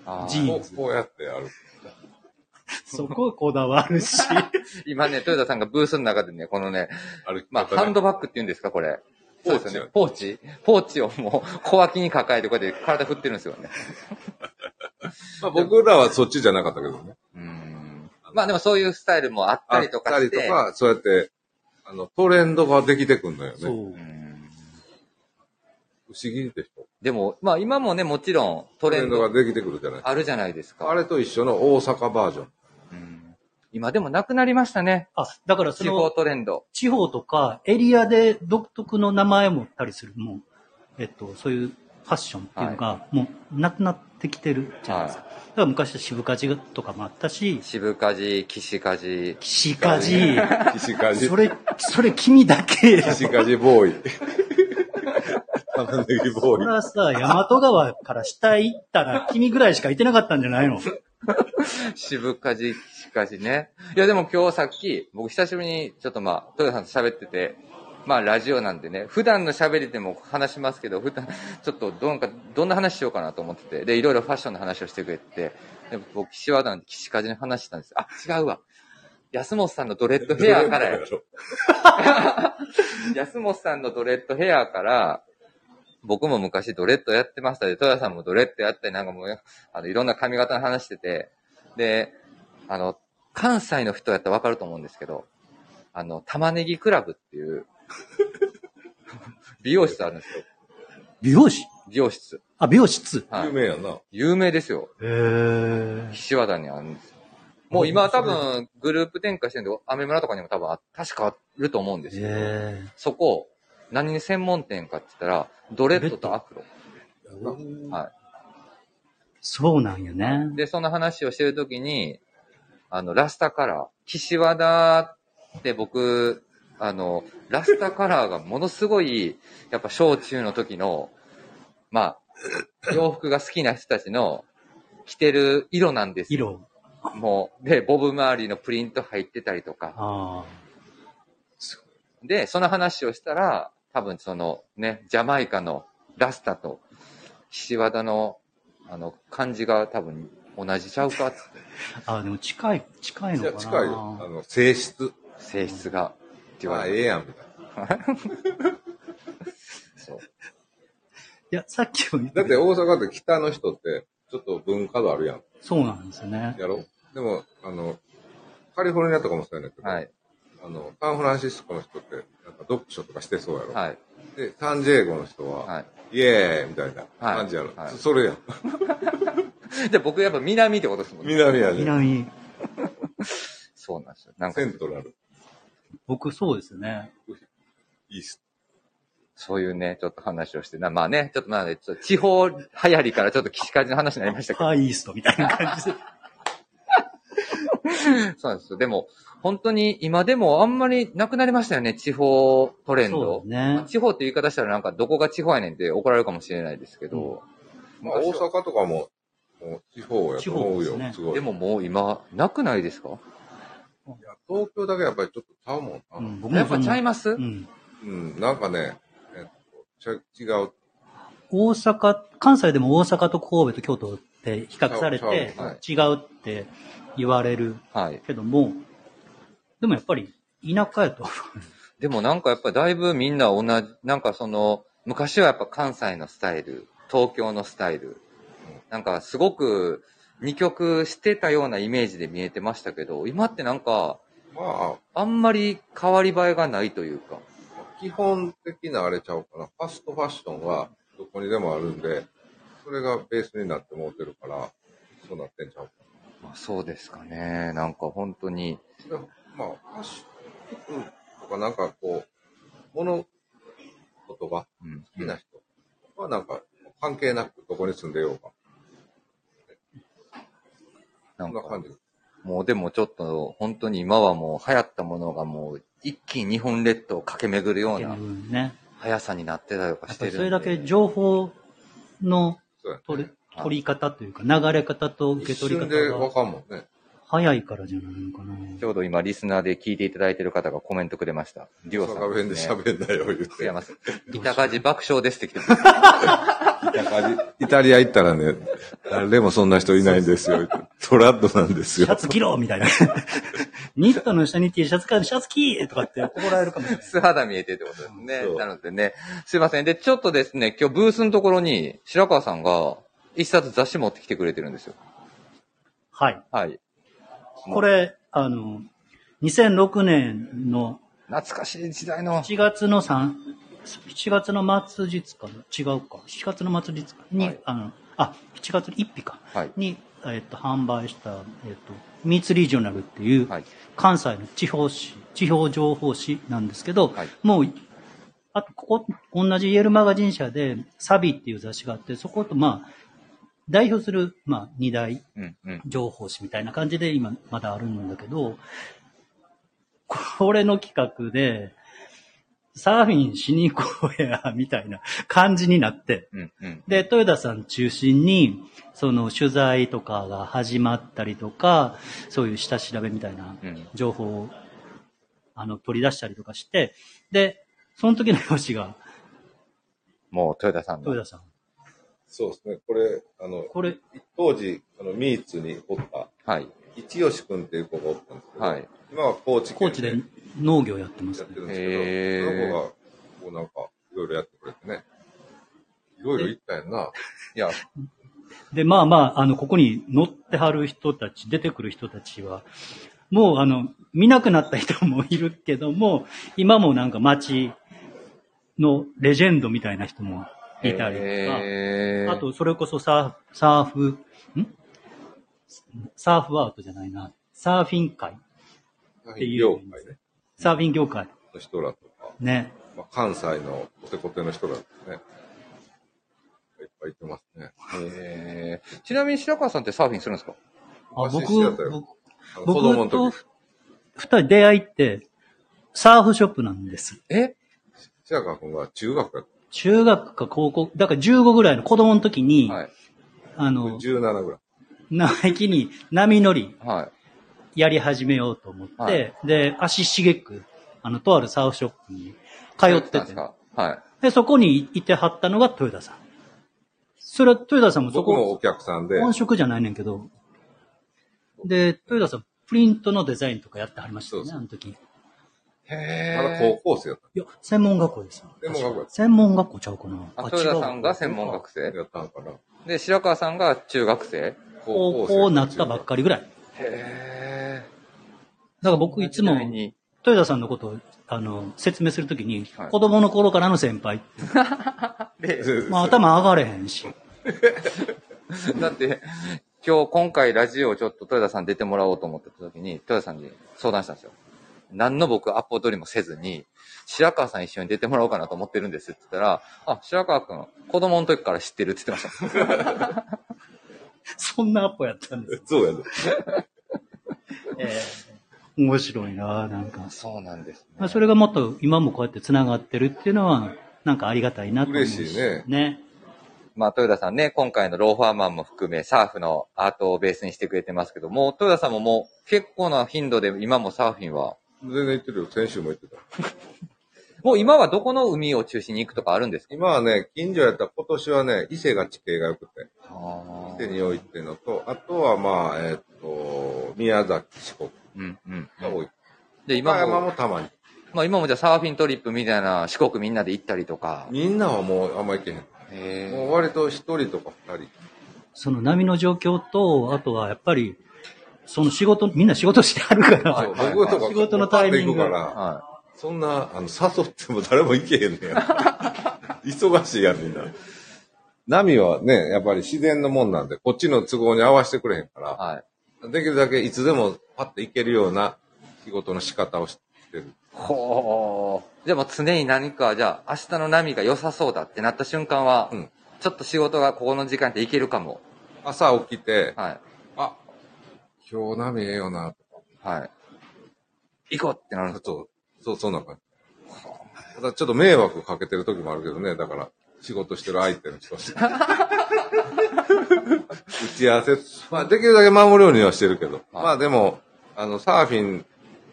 Speaker 1: ー
Speaker 2: ジーン
Speaker 3: こうこうやってある。
Speaker 2: そここだわ るし。
Speaker 1: 今ね、豊田さんがブースの中でね、このね、
Speaker 3: 歩き方ね
Speaker 1: まあ、ハンドバッグって言うんですか、これ。
Speaker 3: ポー
Speaker 1: そ
Speaker 3: チ
Speaker 1: うですよね。ポーチポーチをもう、小脇に抱えて、こうやって体振ってるんですよね。
Speaker 3: まあ僕らはそっちじゃなかったけどね。
Speaker 1: うーん。まあでもそういうスタイルもあったりとか
Speaker 3: あ
Speaker 1: し
Speaker 3: ったり
Speaker 1: て。
Speaker 3: とか、そうやって、あの、トレンドができてくんのよね。
Speaker 2: そ
Speaker 3: 不思
Speaker 2: う
Speaker 1: う。ん
Speaker 3: 議でしょ。
Speaker 1: でも、まあ今もね、もちろんト
Speaker 3: ト
Speaker 1: レ
Speaker 3: レ
Speaker 1: ン
Speaker 3: ンド
Speaker 1: ド
Speaker 3: ができてくるじゃない。
Speaker 1: あるじゃないですか。
Speaker 3: あれと一緒の大阪バ ージョン。
Speaker 1: うん今でもなくなりましたね。
Speaker 2: あ、だからそ
Speaker 1: 地方
Speaker 2: の、
Speaker 1: トレンド。
Speaker 2: 地方とかエリアで独特の名前もったりする、もう、えっと、そういうファッションっていうのが、もうなくなってきてるじゃないですか。だから昔は渋かじとかもあったし、
Speaker 1: 渋かじ、岸かじ。
Speaker 2: 岸かじ、
Speaker 3: 岸かじ
Speaker 2: そ、れ、それ君だけ。
Speaker 3: 岸かじボーイ。玉ねぎボ
Speaker 2: これ
Speaker 3: ーイ。
Speaker 2: はさ、大和川から下行ったら君ぐらいしかいてなかったんじゃないの
Speaker 1: 渋かじ、岸かじね。いやでも今日さっき、僕久しぶりにちょっとまあ、トヨさんと喋ってて、まあラジオなんでね、普段の喋りでも話しますけど、普段、ちょっとどんか、どんな話しようかなと思ってて、で、いろいろファッションの話をしてくれて、で僕、岸和田なんで岸かじの話したんですよあ、違うわ。安本さんのドレッドヘアからや。安本さんのドレッドヘアから、僕も昔ドレッドやってましたで、戸田さんもドレッドやって、なんかもう、あの、いろんな髪型の話してて、で、あの、関西の人やったらわかると思うんですけど、あの、玉ねぎクラブっていう、 美容室あるんですよ。
Speaker 2: 美容師
Speaker 1: 美容室。
Speaker 2: あ、美容室。
Speaker 1: は
Speaker 3: 有
Speaker 1: い。
Speaker 3: 名やな。
Speaker 1: 有名ですよ。
Speaker 2: へえ。
Speaker 1: 岸和田にあるんですよ。もう今は多分、グループ展開してるんで、アメ村とかにも多分あ、確かあると思うんですけど
Speaker 2: へ
Speaker 1: そこ、何に専門店かって言ったら、ドレッドとアフロ。
Speaker 2: ー
Speaker 1: は
Speaker 2: そうなんよね
Speaker 1: い。。で、その話をしてるときに、あの、ラスタカラー。岸和田って僕、あの、ラスタカラーがものすごい、やっぱ小中の時の、まあ、洋服が好きな人たちの着てる色なんですよ。
Speaker 2: 色。
Speaker 1: もう。で、ボブ周りのプリント入ってたりとか。
Speaker 2: ああ。
Speaker 1: で、その話をしたら、多分そのね、ジャマイカのラスタと岸和田のあの漢字が多分同じちゃうかっつって、
Speaker 2: あでも近い、近い
Speaker 3: いや
Speaker 2: のか
Speaker 3: 近いよ。あ
Speaker 2: な。
Speaker 3: の、性質。
Speaker 1: 性質がって言
Speaker 3: あ
Speaker 1: わ
Speaker 3: あ、
Speaker 1: れ
Speaker 3: え
Speaker 1: て。
Speaker 3: えやん、みたいな。
Speaker 1: そう
Speaker 2: いや、さっきも言っ
Speaker 3: だ
Speaker 2: た
Speaker 3: っ
Speaker 2: け
Speaker 3: て
Speaker 2: ど。
Speaker 3: 大阪って北の人って、ちょっと文化度あるやん。
Speaker 2: そうなんですよね。
Speaker 3: やろでも、あの、カリフォルニアとかもそうやねんけど、
Speaker 1: はい。
Speaker 3: あの、サンフランシスコの人って、なんか読書とかしてそうやろ。
Speaker 1: はい。
Speaker 3: で、サンジェイゴの人は、
Speaker 1: は
Speaker 3: イエーイみたいな感じやろ。
Speaker 1: はい
Speaker 3: それやん。
Speaker 1: い。で、僕やっぱ南ってことですもんね。
Speaker 3: 南やねん。
Speaker 2: 南、
Speaker 1: そうなんですよ。なんか
Speaker 3: セ、ントラル、
Speaker 2: 僕そうですね。
Speaker 3: イース
Speaker 1: そういうね、ちょっと話をして、なまあね、ちょっとまあね、ちょっと地方流行りからちょっと岸和田の話になりま したけど
Speaker 2: ハイイーストみたいな感じで。
Speaker 1: そうなんですよ。でも、本当に今でもあんまりなくなりましたよね、地方トレン
Speaker 2: そ
Speaker 1: ド。
Speaker 2: うね
Speaker 1: まあ地方って言い方したらなんかどこが地方やねんって怒られるかもしれないですけど、
Speaker 3: ト。まあ大阪とかも、もう地方やと思う
Speaker 2: 地方です
Speaker 3: よ。
Speaker 2: ね
Speaker 3: すごい。
Speaker 1: でももう今、なくないですか
Speaker 3: いや、東京だけやっぱりちょっとちゃうもんな。
Speaker 2: うん、僕も
Speaker 1: やっ
Speaker 2: そ
Speaker 1: ぱ
Speaker 2: の
Speaker 1: ちゃいます、
Speaker 2: うん。
Speaker 3: うん、なんかね、えっと、ちゃ違う。
Speaker 2: 大阪、関西でも大阪と神戸と京都って比較され
Speaker 3: そう
Speaker 2: て
Speaker 3: そうは、
Speaker 2: 違うって言われる
Speaker 1: はい。
Speaker 2: けども、でもやっぱり田舎やと。
Speaker 1: でもなんかやっぱだいぶみんな同じ、なんかその、昔はやっぱ関西のスタイル、東京のスタイル、なんかすごく二極してたようなイメージで見えてましたけど、今ってなんか、
Speaker 3: ま
Speaker 1: あんまり変わり映えがないというか。
Speaker 3: あ、基本的なあれちゃうかな。ファストファッションはどこにでもあるんで、それがベースになってもうてるから、そうなってんちゃうか
Speaker 1: まあ、そうですかね。なんか本当に。
Speaker 3: な。でまあ、ファッションとかなんかこう、物言葉、
Speaker 1: うん
Speaker 3: 好きな人はなんか関係なくどこに住んでようか。
Speaker 1: な
Speaker 3: そ
Speaker 1: ん
Speaker 3: んな
Speaker 1: か
Speaker 3: 感、じです。
Speaker 1: もうでもちょっと本当に今はもう流行ったものがもう一気に日本列島を駆け巡るよう
Speaker 2: っていう
Speaker 1: な
Speaker 2: 部分ね。
Speaker 1: 速さになってたりとか
Speaker 2: やっ
Speaker 1: し
Speaker 2: ぱ
Speaker 1: てるん
Speaker 2: り
Speaker 1: で。
Speaker 2: それだけ情報の
Speaker 3: そうやね
Speaker 2: 取り取り方というか、流れ方と受け取り
Speaker 3: 一
Speaker 2: 方
Speaker 3: 瞬でわ
Speaker 2: が
Speaker 3: かんもんね。
Speaker 2: 早いからじゃないのかな
Speaker 1: ち。ょうど今、リスナーで聞いていただいてる方がコメントくれました。デュオさん、
Speaker 3: 佐賀弁で喋んなよ、言っ
Speaker 1: すい
Speaker 3: て。
Speaker 1: ません。板カジ爆笑ですって来て ます。
Speaker 3: イタリア行ったらね、誰もそんな人いないんですよ。トラッドなんです
Speaker 2: シャ
Speaker 3: よ。
Speaker 2: ツ着ろみ たいな。ニットの下に T シャツか、シャツ着とかって怒られるかもしれない。
Speaker 1: 素肌見えてってことですね
Speaker 3: そ。う
Speaker 1: なのでね。すいません。で、ちょっとですね、今日ブースのところに、白川さんが、一冊雑誌持ってきてくれてるんですよ。
Speaker 2: はい。
Speaker 1: はい。
Speaker 2: これ、あの、2006年の
Speaker 1: 懐かしい時代の。
Speaker 2: 7月の3、7月の末日かな違うか。7月の末日かに、
Speaker 1: はい
Speaker 2: あの、あ、7月の1日か。
Speaker 1: はい。
Speaker 2: に、えっと、販売した、えっと、ミーツリージョナルっていう、
Speaker 1: はい。
Speaker 2: 関西の地方誌、地方情報誌なんですけど、
Speaker 1: はい
Speaker 2: もう、あと、ここ、同じイェールマガジン社で、サビっていう雑誌があって、そこと、まあ、代表する、まあ、二大
Speaker 1: うん、うん。
Speaker 2: 情報誌みたいな感じで今まだあるんだけど、これの企画で、サーフィンしに行こうや、みたいな感じになって。
Speaker 1: うん、うん。
Speaker 2: で、豊田さん中心に、その取材とかが始まったりとか、そういう下調べみたいな
Speaker 1: うん。
Speaker 2: 情報を、あの、取り出したりとかして、で、その時の容姿が、
Speaker 1: もう、豊田さんの。
Speaker 2: 豊田さん、
Speaker 3: そうですね。これ、あの、
Speaker 2: これ、
Speaker 3: 当時、あの、ミーツにおった、
Speaker 1: はい。
Speaker 3: 一吉くんっていう子がおったんですけど、
Speaker 1: はい。
Speaker 3: 今は高知県
Speaker 2: 高知で農業やってます
Speaker 3: やっ
Speaker 2: ね
Speaker 3: て。るん
Speaker 1: へ
Speaker 3: です
Speaker 1: ー
Speaker 3: けど、その子が、こうなんか、いろいろやってくれてね。いろいろ言ったやん な。いや、
Speaker 2: で、まあまあ、あの、ここに乗ってはる人たち、出てくる人たちは、もうあの、見なくなった人もいるけども、今もなんか街のレジェンドみたいな人もいたりとか、
Speaker 1: えー
Speaker 2: あ、と、それこそサーサーフ、んサーフアートじゃないな、サーフィン界、ていう
Speaker 3: 業界ね
Speaker 2: サーフィン業界、
Speaker 3: の人らとか、
Speaker 2: ね、
Speaker 3: まあ、関西のコテコテの人らですね。いっぱいいてますね。
Speaker 1: えーちなみに白川さんってサーフィンするんですか
Speaker 2: あ
Speaker 3: 昔
Speaker 2: 僕
Speaker 3: してたよ
Speaker 2: 僕、
Speaker 3: あの子供の
Speaker 2: 僕と
Speaker 3: 時、
Speaker 2: 二人出会いって、サーフショップなんです。
Speaker 1: え
Speaker 3: 白川君は中学やっ
Speaker 2: 中学か高校、だから15ぐらいの子供の時に、
Speaker 1: はい。
Speaker 2: あ
Speaker 3: た。
Speaker 2: の、
Speaker 3: 17ぐらい。
Speaker 2: 生意気に波乗り
Speaker 1: は
Speaker 2: やり始めようと思って、
Speaker 1: はい
Speaker 2: で、足しげく、あの、とあるサーフショップに通
Speaker 1: い。
Speaker 2: って
Speaker 1: たんで
Speaker 2: て
Speaker 1: す、かはい。
Speaker 2: で、そこにいてはったのが豊田さん。それは豊田さんもそ
Speaker 3: 僕も
Speaker 2: こ、
Speaker 3: お客さんで、
Speaker 2: 本職じゃないねんけど、で、豊田さん、プリントのデザインとかやってはりましたよ
Speaker 3: そ
Speaker 2: ね、
Speaker 3: うそ
Speaker 2: あの時。
Speaker 1: へ
Speaker 3: まだ高校生やっ
Speaker 2: いや、専門学校ですよ。
Speaker 3: 専門学校
Speaker 2: 確か専門学校ちゃうかな。
Speaker 1: あ、豊田さんが専門
Speaker 2: 校。
Speaker 1: 学
Speaker 3: た
Speaker 1: 生
Speaker 3: やったんかな。
Speaker 1: で、白川さんが中学生
Speaker 2: 高校になったばっ
Speaker 3: り。
Speaker 2: かりぐらい。だか
Speaker 1: へ
Speaker 2: ら僕いつも、
Speaker 1: に。
Speaker 2: 豊田さんのことを、あの、説明するときに、
Speaker 1: はい
Speaker 2: 子供の頃からの先輩。
Speaker 1: で、
Speaker 2: まあ、頭上がれへんし。
Speaker 1: だって、今日、今回ラジオをちょっと豊田さん出てもらおうと思ってた時に、豊田さんに相談したんですよ。何の僕アポ取りもせずに、白川さん一緒に出てもらおうかなと思ってるんですって言ったら、あ、白川くん、子供の時から知ってるって言ってました。
Speaker 2: そんなアポやったんです。
Speaker 3: そうやね。
Speaker 2: ええ面白いななんか。
Speaker 1: そうなんです
Speaker 2: まあ、それがもっと今もこうやって繋がってるっていうのは、なんかありがたいなと思うし。
Speaker 3: 嬉しいね
Speaker 2: ね。
Speaker 1: まあ、豊田さんね、今回のローファーマンも含め、サーフのアートをベースにしてくれてますけども、豊田さんももう結構な頻度で今もサーフィンは、
Speaker 3: 全然言ってるよ。先週も言ってた。
Speaker 1: もう今はどこの海を中心に行くとかあるんですか
Speaker 3: 今はね、近所やったら今年はね、伊勢が地形が良くて、
Speaker 1: あ
Speaker 3: 伊勢に良いっていうのと、あとはまあ、えっと、宮崎、四国
Speaker 1: うんうん。
Speaker 3: が多い。
Speaker 1: で、
Speaker 3: 岡
Speaker 1: 今
Speaker 3: 山
Speaker 1: も、
Speaker 3: もたまに。
Speaker 1: まあ今もじゃあサーフィントリップみたいな四国みんなで行ったりとか。
Speaker 3: みんなはもうあんま行けへん。
Speaker 1: へ
Speaker 3: も
Speaker 1: え。
Speaker 3: う割と一人とか二人。
Speaker 2: その波の状況と、あとはやっぱり、その仕事、みんな仕事してあるから、
Speaker 3: そう
Speaker 1: はい
Speaker 3: 僕とか
Speaker 2: 仕事のタイミング
Speaker 3: パッて行くから、
Speaker 1: は
Speaker 3: そんな、あの、誘っても誰も行けへ んねや。忙しいやん、みんな。波はね、やっぱり自然のもんなんで、こっちの都合に合わせてくれへん
Speaker 1: い。
Speaker 3: か
Speaker 1: はい。
Speaker 3: ら、できるだけいつでもパッて行けるような仕事の仕方をしてる。
Speaker 1: ほう。じゃあもう常に何か、じゃあ明日の波が良さそうだってなった瞬間は、
Speaker 3: うん
Speaker 1: ちょっと仕事がここの時間で行けるかも。
Speaker 3: 朝起きて、
Speaker 1: はい。
Speaker 3: あ、今日波ええよな、
Speaker 1: はい。行こうってなるんです。
Speaker 3: そう、そう、そんな感じ。ただちょっと迷惑かけてる時もあるけどね、だから、仕事してる相手の人は打ち合わせ、まあ、できるだけ守るようにはしてるけど、まあでも、あの、サーフィン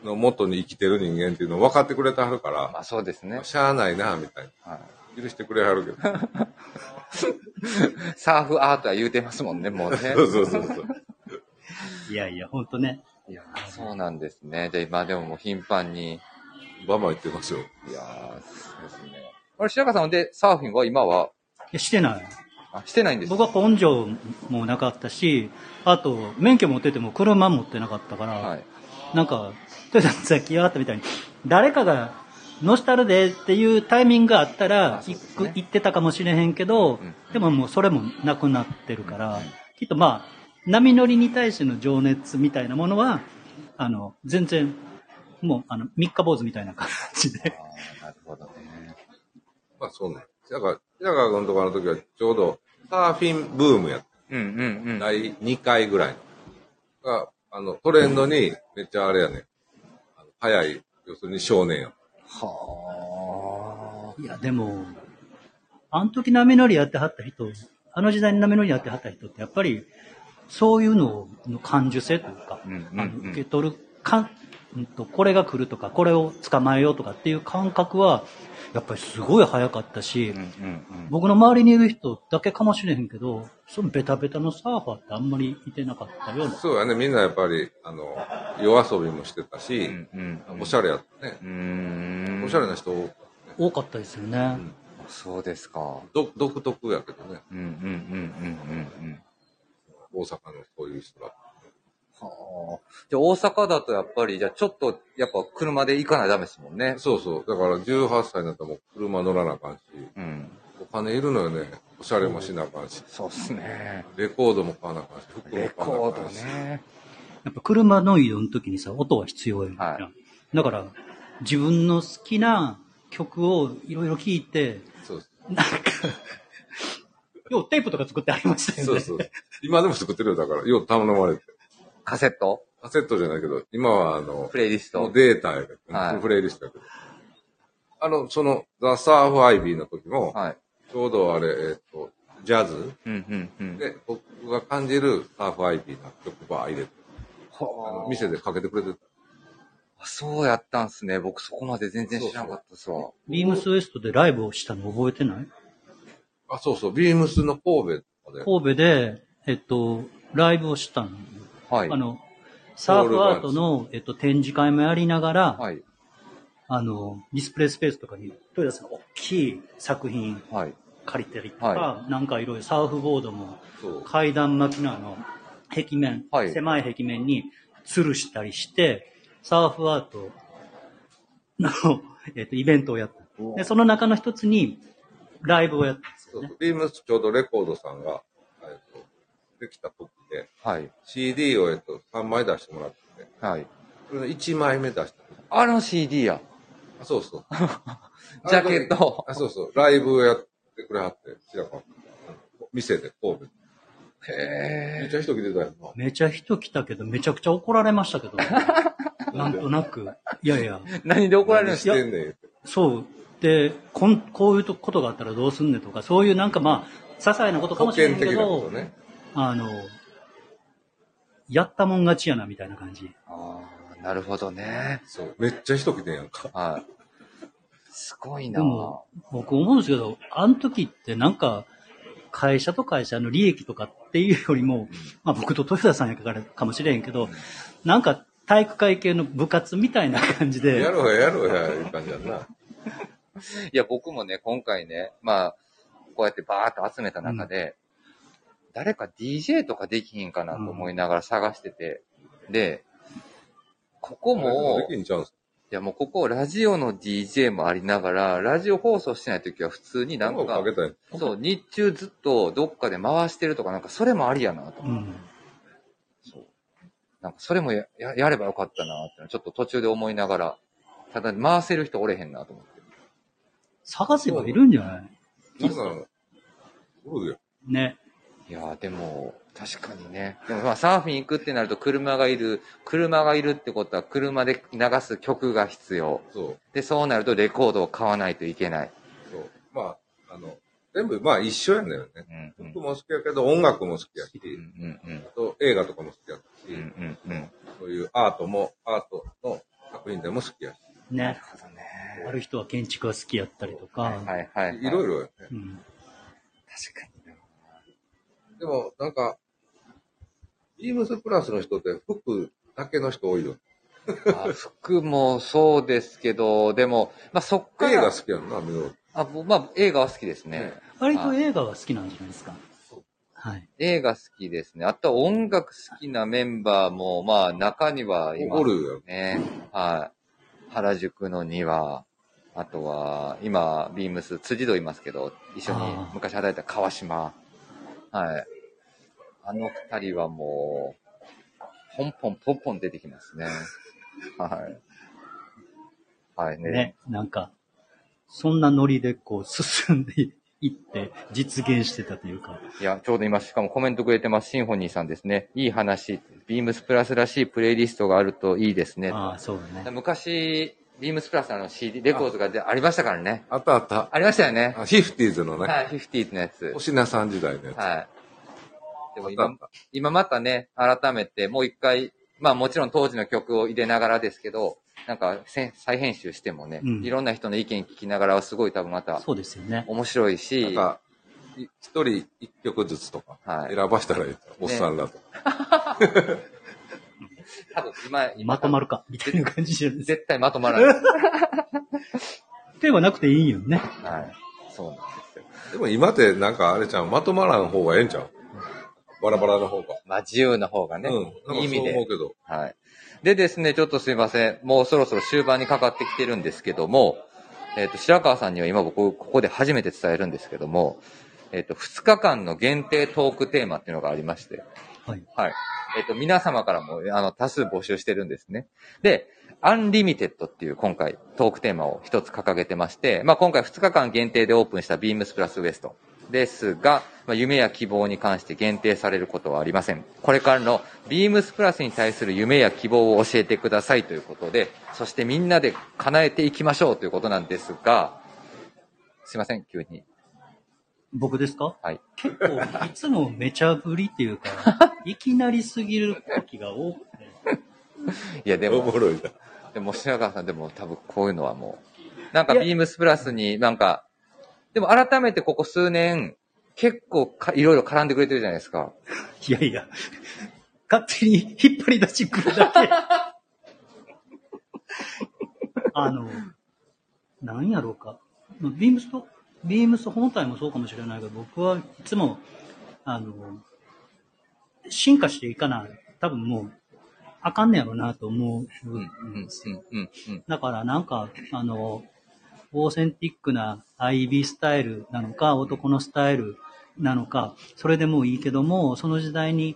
Speaker 3: の元に生きてる人間っていうのを分かってくれてはるから、
Speaker 1: まあそうですね。
Speaker 3: しゃあないな、みたい
Speaker 1: はい、
Speaker 3: な。許してくれはるけど。
Speaker 1: サーフアートは言うてますもんね、 もうね。
Speaker 3: そうそうそうそう。
Speaker 2: いやいや、ほんとね。
Speaker 1: いやーそうなんですね。じゃあ今でももう頻繁に。
Speaker 3: バンバン言ってますよ。
Speaker 1: いやー、そうですね。あれ、白川さんはで、サーフィンは今はい
Speaker 2: やしてない。
Speaker 1: あしてないんです
Speaker 2: 僕は根性もなかったし、あと、免許持ってても車持ってなかったから、
Speaker 1: はい。
Speaker 2: なんか、とりあえずさっき言われたみたいに、誰かが乗したるでっていうタイミングがあったら、
Speaker 1: あそう
Speaker 2: 行
Speaker 1: です
Speaker 2: く、
Speaker 1: ね
Speaker 2: 行ってたかもしれへんけど、
Speaker 1: ん
Speaker 2: でももうそれもなくなってるから、きっとまあ、波乗りに対しての情熱みたいなものは、あの、全然、もう、あの、三日坊主みたいな感じで。
Speaker 1: あーなるほどね。
Speaker 3: まあそうなんです。だから、平川君とかの時はちょうど、サーフィンブームやった。
Speaker 1: うんうんうん。
Speaker 3: 第2回ぐらいの。が、あの、トレンドに、めっちゃあれやね。あの早い、要するに少年や。
Speaker 1: はい
Speaker 2: や、でも、あの時波乗りやってはった人、あの時代に波乗りやってはった人って、やっぱり、そういうのの感受性というか、
Speaker 1: うんうんうん
Speaker 2: あの受け取るか、うんと、これが来るとか、これを捕まえようとかっていう感覚は、やっぱりすごい早かったし、
Speaker 1: ーうんうん
Speaker 2: 僕の周りにいる人だけかもしれへんけど、そのベタベタのサーファーってあんまりいてなかったような。
Speaker 3: そうやね。みんなやっぱり、あの、夜遊びもしてたし、
Speaker 1: うん。うんうん。
Speaker 3: おしゃれやったね
Speaker 1: う。ーん。
Speaker 3: おしゃれな人多かったね
Speaker 2: 多かったですよね。
Speaker 1: そうですか。
Speaker 3: ど独特やけどね。
Speaker 1: うんうんうんうんうんうん。
Speaker 3: 大阪のそういう人が。
Speaker 1: はあ。じゃあ大阪だとやっぱり、じゃあちょっと、やっぱ車で行かないとダメですもんね。
Speaker 3: そうそう。だから18歳になったらもう車乗らなあかんし、
Speaker 1: うん。
Speaker 3: お金いるのよね。おしゃれもしなあかんし、
Speaker 1: そうっすね。
Speaker 3: レコードも買わなあかんし、服も
Speaker 1: レ
Speaker 3: 買
Speaker 1: コ
Speaker 3: わなあ
Speaker 1: ー
Speaker 3: か
Speaker 1: ド
Speaker 3: んし。
Speaker 1: ね。
Speaker 2: やっぱ車の移動の時にさ、音は必要やん。
Speaker 1: は
Speaker 2: だから、自分の好きな曲をいろいろ聴いて、
Speaker 3: そうそう
Speaker 2: なんか、ようテープとか作ってありましたよ
Speaker 3: そう
Speaker 2: ね。
Speaker 3: そう。今でも作ってるよ、だから。よう頼まれて。
Speaker 1: カセット
Speaker 3: カセットじゃないけど、今はあの
Speaker 1: プ、レイリス
Speaker 3: も
Speaker 1: ト
Speaker 3: う。データやけど、
Speaker 1: はい
Speaker 3: プレイリストやけど。あの、その、ザ・サーフ・アイビーの時も、
Speaker 1: はい。
Speaker 3: ちょうどあれ、えっ、と、ジャズ
Speaker 1: うんうんうん。
Speaker 3: で、僕が感じるサーフ・アイビーの曲ば入れて、あ
Speaker 1: は
Speaker 3: の店でかけてくれてた。
Speaker 1: あ。そうやったんすね。僕そこまで全然知らなかったっすわ。
Speaker 2: ビームスウエストでライブをしたの覚えてない
Speaker 3: あ、そうそう、ビームスの神戸とかで、
Speaker 2: 神戸で、えっと、ライブをしたの。
Speaker 1: はい
Speaker 2: あ。の、サーフアートの、えっと、展示会もやりながら、
Speaker 1: はい。
Speaker 2: あの、ディスプレイスペースとかに、トヨタさんの大きい作品
Speaker 1: はい。
Speaker 2: 借りたりとか、
Speaker 1: は
Speaker 2: なんかいろいろサーフボードも
Speaker 3: そう、
Speaker 2: 階段巻きのあの壁面、
Speaker 1: はい
Speaker 2: 狭い壁面に吊るしたりして、サーフアート の、えっとイベントをやった。で、その中の一つにライブをやったんです
Speaker 3: そ
Speaker 2: よ
Speaker 3: う
Speaker 2: ね。
Speaker 3: そうビームスちょうどレコードさんが、えっと、できた時で、
Speaker 1: はい。
Speaker 3: CD を、えっと、3枚出してもらってて、
Speaker 1: はい。
Speaker 3: それの1枚目出した。
Speaker 1: あの CD や。
Speaker 3: あ、そうそう。
Speaker 1: ジャケット。
Speaker 3: あ、そうそう。ライブをやってくれはって、白川君店で神戸。めっ
Speaker 1: へえ。
Speaker 3: ちゃ人来てたよな。
Speaker 2: めちゃ人来たけど、めちゃくちゃ怒られました けど、なんとなく。いやいや、
Speaker 1: 何で怒られるんで
Speaker 3: し
Speaker 1: す
Speaker 3: て
Speaker 1: か
Speaker 3: んねんって。
Speaker 2: そう。で、こんこういうとことがあったらどうすんねんとか、そういうなんかまあ、些細なことか
Speaker 3: 保
Speaker 2: もしれ
Speaker 3: 険
Speaker 2: ない
Speaker 3: 的
Speaker 2: け
Speaker 3: なこ
Speaker 2: ど、
Speaker 3: とね。
Speaker 2: あの、やったもん勝ちやな、みたいな感じ。
Speaker 1: ああ、なるほどね。
Speaker 3: そう。めっちゃ人来てんやんか。
Speaker 1: はい。すごい
Speaker 2: で
Speaker 1: なぁ
Speaker 2: も、僕思うんですけど、あの時ってなんか、会社と会社の利益とかっていうよりも、まあ僕と豊田さんやからかもしれへんけど、なんか体育会系の部活みたいな感じ
Speaker 3: や
Speaker 2: で、
Speaker 3: ろうややろうや、いう感じやんな。
Speaker 1: いや、僕もね、今回ね、まあ、こうやってバーッと集めた中で、誰か DJ とかできひんかなと思いながら探してて、で、ここも、
Speaker 3: できんちゃうんす
Speaker 1: いやもうここラジオの DJ もありながら、ラジオ放送してない時は普通になん
Speaker 3: 声を
Speaker 1: か
Speaker 3: か、けたい。
Speaker 1: そう、日中ずっとどっかで回してるとか、なんかそれもありやなと。
Speaker 2: うん。
Speaker 1: なんかそれもやややればよかったなってのはちょっと途中で思いながら、ただ回せる人おれへんなと思って。
Speaker 2: 探せばいるんじゃない
Speaker 3: そんなの。そうだよ。
Speaker 2: ね。
Speaker 1: いやーでも、確かにね。でもまあサーフィン行くってなると車がいる。車がいるってことは車で流す曲が必要。
Speaker 3: そう。
Speaker 1: で、そうなるとレコードを買わないといけない。
Speaker 3: そう。まあ、あの、全部まあ一緒やんだよね。
Speaker 1: うんうん
Speaker 3: 服も好きやけど、音楽も好きやし、
Speaker 1: うんうん
Speaker 3: あと映画とかも好きやったし、
Speaker 1: うんうんうん。
Speaker 3: そういうアートも、アートの作品でも好きやし、
Speaker 2: ね。
Speaker 1: ほどね。
Speaker 2: ある人は建築が好きやったりとか、
Speaker 1: はいはい、はい。
Speaker 3: いろい
Speaker 1: ろ。
Speaker 3: ろよね。
Speaker 2: うん。
Speaker 1: 確かに。
Speaker 3: でも、なんか、ビームスプラスの人って服だけの人多いよ。
Speaker 1: あ服もそうですけど、でも、まあそっか
Speaker 3: 映
Speaker 1: ら
Speaker 3: 画、好きやんな、みの
Speaker 1: あぼまあ映画は好きですね。
Speaker 3: ね
Speaker 2: 割と映画は好きなんじゃないですか。はい。
Speaker 1: 映画好きですね。あとは音楽好きなメンバーも、まあ中にはいま
Speaker 3: お
Speaker 1: す
Speaker 3: るよ。
Speaker 1: ね。はい。原宿の庭。あとは、今、ビームス、辻堂いますけど、一緒に
Speaker 2: あー
Speaker 1: 昔働いた川島。はい。あの二人はもう、ポンポンポンポン出てきますね。はい。はいね。
Speaker 2: ね。なんか、そんなノリでこう進んでいって実現してたというか。
Speaker 1: いや、ちょうど今、しかもコメントくれてます。シンフォニーさんですね。いい話。ビームスプラスらしいプレイリストがあるといいですね。
Speaker 2: ああ、そうだね。
Speaker 1: 昔、ビームスプラスのあの CD、レコードがでありましたからね。
Speaker 3: あったあった。
Speaker 1: ありましたよね。
Speaker 3: あフィフティーズのね、
Speaker 1: はい、フィフティーズのやつ。
Speaker 3: 星名さん時代のやつ。
Speaker 1: はい。でも
Speaker 3: あっ
Speaker 1: 今、今またね、改めて、もう一回、まあもちろん当時の曲を入れながらですけど、なんかせ再編集してもね、
Speaker 2: うん
Speaker 1: いろんな人の意見聞きながらはすごい多分また
Speaker 2: そうですよね。
Speaker 1: 面白い
Speaker 3: なん
Speaker 1: し、
Speaker 3: か、い一人一曲ずつとか、
Speaker 1: はい
Speaker 3: 選ばしたらいいと。おっさんらと。
Speaker 1: 多分今、今
Speaker 2: まとまるか、みたいな感じじゃないですか。
Speaker 1: 絶対まとまらない。
Speaker 2: ではなくていいよね。
Speaker 1: はい。そうなんですよ。
Speaker 3: でも今ってなんかあれちゃん、まとまらん方がええんちゃうバラバラの方が。
Speaker 1: まあ自由な方がね、
Speaker 3: うん。
Speaker 1: いい意味
Speaker 3: なんかそう思
Speaker 1: で
Speaker 3: う。けど。
Speaker 1: はい。でですね、ちょっとすいません。もうそろそろ終盤にかかってきてるんですけども、えっ、と、白川さんには今僕、ここで初めて伝えるんですけども、えっ、と、2日間の限定トークテーマっていうのがありまして、
Speaker 2: はい。
Speaker 1: はい。えっ、と、皆様からも、あの、多数募集してるんですね。で、アンリミテッドっていう今回トークテーマを一つ掲げてまして、まあ今回2日間限定でオープンしたビームスプラスウエストですが、まあ、夢や希望に関して限定されることはありません。これからのビームスプラスに対する夢や希望を教えてくださいということで、そしてみんなで叶えていきましょうということなんですが、すいません、急に。
Speaker 2: 僕ですか
Speaker 1: はい。
Speaker 2: 結構、いつもめちゃぶりっ ていうか、いきなりすぎる時が多くて、
Speaker 1: いや、で
Speaker 3: お
Speaker 1: も、
Speaker 3: もろいな。
Speaker 1: でも、白川さん、でも多分こういうのはもう、なんかビームスプラスになんか、でも改めてここ数年、結構かいろいろ絡んでくれてるじゃないですか。
Speaker 2: いやいや、勝手に引っ張り出してくるだ け。あの、なんやろうか。まあビームスと、ビームス本体もそうかもしれないけど、僕はいつも、あの、進化していかない。多分もう、あかんねやろうなと思う。
Speaker 1: うん、うん、うん、うん、うん。
Speaker 2: だからなんか、あの、オーセンティックな IB スタイルなのか、男のスタイルなのか、それでもいいけども、その時代に、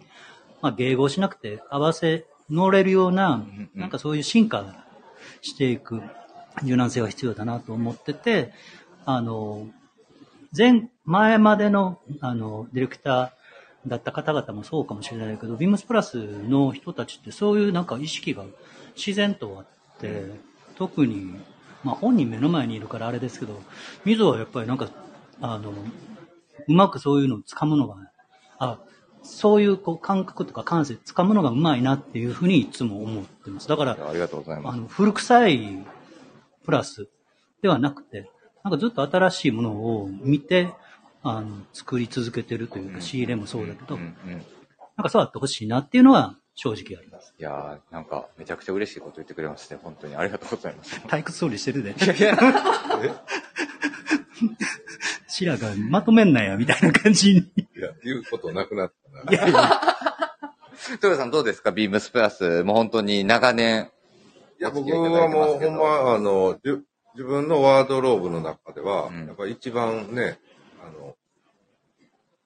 Speaker 2: まあ、迎合しなくて合わせ乗れるような
Speaker 1: うん、うん
Speaker 2: なんかそういう進化していく柔軟性は必要だなと思ってて、あの、前、前までの、あの、ディレクターだった方々もそうかもしれないけど、ビームスプラスの人たちってそういうなんか意識が自然とあって、特に、まあ本人目の前にいるからあれですけど、水はやっぱりなんか、あの、うまくそういうのを掴むのが、あ、そういうこう感覚とか感性掴むのがうまいなっていうふうにいつも思ってます。だから
Speaker 1: い、やありがとうござい
Speaker 2: あ
Speaker 1: ます。
Speaker 2: の、古臭いプラスではなくて、なんかずっと新しいものを見て、あの、作り続けてるというか、仕入れもそうだけど、
Speaker 1: うん、うん。
Speaker 2: なんかそうあってほしいなっていうのは、正直あります。
Speaker 1: いやー、なんか、めちゃくちゃ嬉しいこと言ってくれまして、本当にありがとうございます。
Speaker 2: 退屈そうにしてるで。
Speaker 1: い や、
Speaker 2: シラがまとめんなや、みたいな感じに。
Speaker 3: いや、言うことなくなったな。
Speaker 1: トヨさんどうですかビームスプラス。もう本当に長年。
Speaker 3: いや、僕はもう、ほんま、あの、じゅ自分のワードローブの中では、
Speaker 1: うん
Speaker 3: やっぱり一番ね、あの、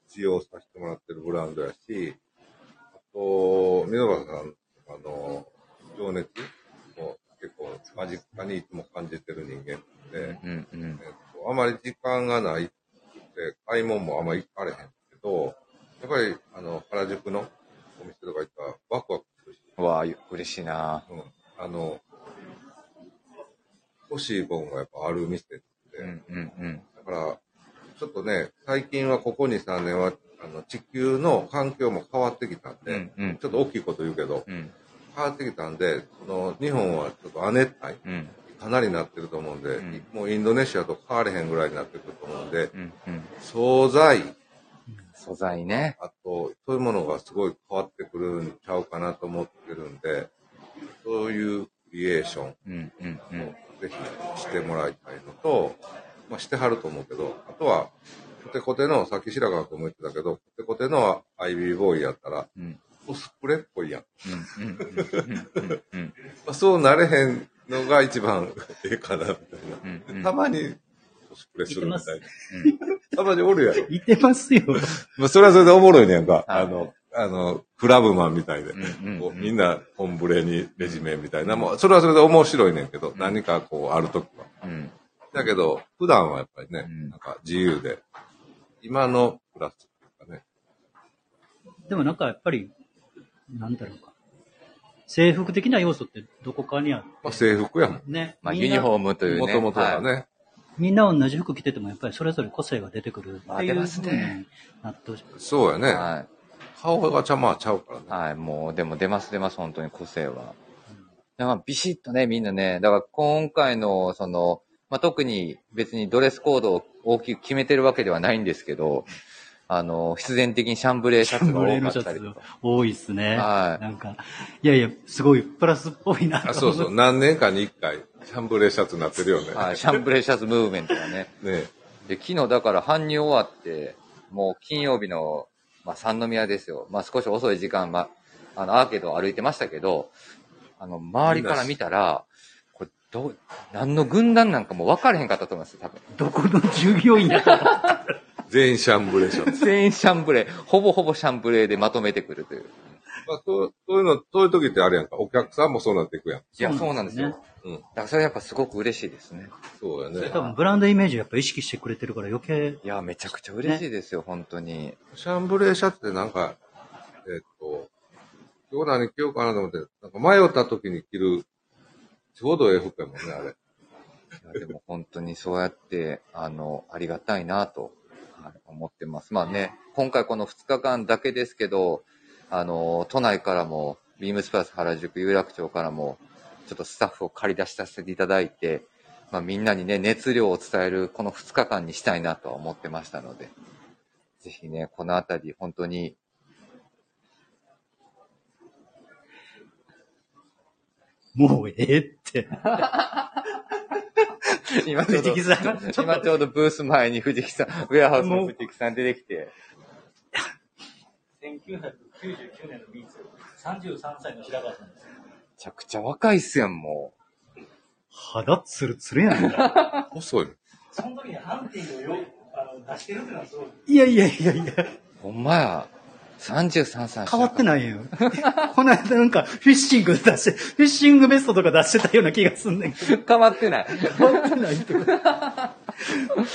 Speaker 3: 使用させてもらってるブランドやし、あと、水原さん、あの、情熱も結構間近にいつも感じてる人間なんで、
Speaker 1: うんうん
Speaker 3: え。っと、あまり時間がないって、買い物もあんまり行かれへんけど、やっぱり、あの、原宿のお店とか行ったらワクワクするし、
Speaker 1: うわあ、ゆ嬉しいな
Speaker 3: うんあの、欲しい本がやっぱある店って、
Speaker 1: うんうんうん。
Speaker 3: だから、ちょっとね、最近はここ2、3年は、あの、地球の環境も変わってきたんで、
Speaker 1: うんうん
Speaker 3: ちょっと大きいこと言うけど、
Speaker 1: うん
Speaker 3: 変わってきたんで、その、日本はちょっと亜熱帯、
Speaker 1: うん
Speaker 3: かなりなってると思うんで、
Speaker 1: ん
Speaker 3: もうインドネシアと変われへんぐらいになってくると思うんで、
Speaker 1: うんうん。
Speaker 3: 惣菜、
Speaker 1: 素材ね。
Speaker 3: あと、そういうものがすごい変わってくるんちゃうかなと思ってるんで、そういうクリエーション、
Speaker 1: うんうんうん。
Speaker 3: ぜひしてもらいたいのと、まあ、してはると思うけど、あとは、コテコテの、さっき白川君も言ってたけど、コテコテのアイビーボーイやったら、
Speaker 1: うん
Speaker 3: コスプレっぽいやん。
Speaker 1: うんうんうんうんうん
Speaker 3: まあ、そうなれへんのが一番 ええかな、みたい
Speaker 1: うんう
Speaker 3: な。
Speaker 1: ん
Speaker 3: たまにコスプレするみたいな
Speaker 1: うん。
Speaker 3: たまにおる やろ。
Speaker 2: いてますよ。
Speaker 3: まあ、それはそれでおもろいねんか。
Speaker 1: はい
Speaker 3: あの、あの、クラブマンみたいで。
Speaker 1: うんうん
Speaker 3: こうみんな、コンブレにレジメみたいな。もう、それはそれで面白いねんけど、何かこう、あるときは。
Speaker 1: うん
Speaker 3: だけど、普段はやっぱりね、
Speaker 1: うん
Speaker 3: なんか自由で、今のプラスとかね。
Speaker 2: でもなんかやっぱり、なんだろうか。制服的な要素ってどこかにある。
Speaker 3: まあ、制服やもん。
Speaker 2: ね。
Speaker 1: まあ、
Speaker 2: みん
Speaker 1: ユ
Speaker 2: な
Speaker 1: ニフォームというね。
Speaker 3: もともとはね。
Speaker 1: い。
Speaker 2: みんな同じ服着ててもやっぱりそれぞれ個性が出てくるっていうふうになってほしい。
Speaker 3: そうやね。
Speaker 1: は
Speaker 3: 顔がちゃまあちゃうからね
Speaker 1: い。。はい。もう、でも出ます出ます、本当に個性は。だからビシッとね、みんなね、だから今回の、その、まあ、特に別にドレスコードを大きく決めてるわけではないんですけど、あの、必然的にシャンブレーシャツが
Speaker 2: ブレーのシ
Speaker 1: 多かったり
Speaker 2: ャ
Speaker 1: と
Speaker 2: ツ
Speaker 1: か。
Speaker 2: 多いっすね。
Speaker 1: はい
Speaker 2: なんか、いやいや、すごいプラスっぽいなと思
Speaker 3: あ、
Speaker 2: って。
Speaker 3: そうそう。 何年かに一回、シャンブレーシャツになってるよね。
Speaker 1: はい。シャンブレーシャツムーブメントがね。
Speaker 3: ね
Speaker 1: で、昨日だから搬入終わって、もう金曜日の、まあ、三宮ですよ。まあ、少し遅い時間、まあ、あの、アーケードを歩いてましたけど、あの、周りから見たら、これ、どう、何の軍団なんかも分からへんかったと思います、多分。
Speaker 2: どこの従業員だから。
Speaker 3: 全員シャン ブレーシャツ。
Speaker 1: 全員シャンブレー、ほぼほぼシャンブレーでまとめてくるという。
Speaker 3: まあ、そうそういうの、そういう時ってあれやんか。お客さんもそうなっていくやん。
Speaker 1: いや、
Speaker 2: そ
Speaker 1: そう
Speaker 2: う
Speaker 1: な
Speaker 2: なんん
Speaker 1: で
Speaker 2: ですす
Speaker 1: よ。
Speaker 2: ね
Speaker 1: だからそれやっぱすごく嬉しいですね。
Speaker 3: そうやね。
Speaker 2: 多分ブランドイメージをやっぱ意識してくれてるから余計、
Speaker 1: いや、めちゃくちゃ嬉しいですよ、本当に。
Speaker 3: シャンブレーシャツってなんか、えっと、今日何着ようかなと思って、なんか迷った時に着る、ちょうどええ服やもんね、あれ。
Speaker 1: いやでも本当にそうやって、あの、ありがたいなとはい思ってます。まあね、今回この2日間だけですけど、あの、都内からも、ビームスプラス原宿有楽町からも、ちょっとスタッフを借り出しさせていただいて、まあみんなにね、熱量を伝えるこの2日間にしたいなとは思ってましたので、ぜひね、このあたり本当に、
Speaker 2: もうええって。
Speaker 1: 今
Speaker 2: 藤木さん、ちょっ
Speaker 1: 今
Speaker 2: と
Speaker 1: ちょうどブース前に藤木さん、ウェアハウスの藤木さん出てきて、
Speaker 2: 1999年のビーツ、33歳の白川さんです。
Speaker 1: めちゃくちゃ若いっすやん、もう。
Speaker 2: 肌つるつるやんか。
Speaker 3: 細い。
Speaker 2: その時にハンティングをあの出してるってのはすごい。 いやいやいやいや、
Speaker 1: ほんまや。33歳。
Speaker 2: 変わって
Speaker 1: い。
Speaker 2: ない よ。この間なんかフィッシング出して、フィッシングベストとか出してたような気がすんねんけど。
Speaker 1: 変わってない。
Speaker 2: 変わってないってこと。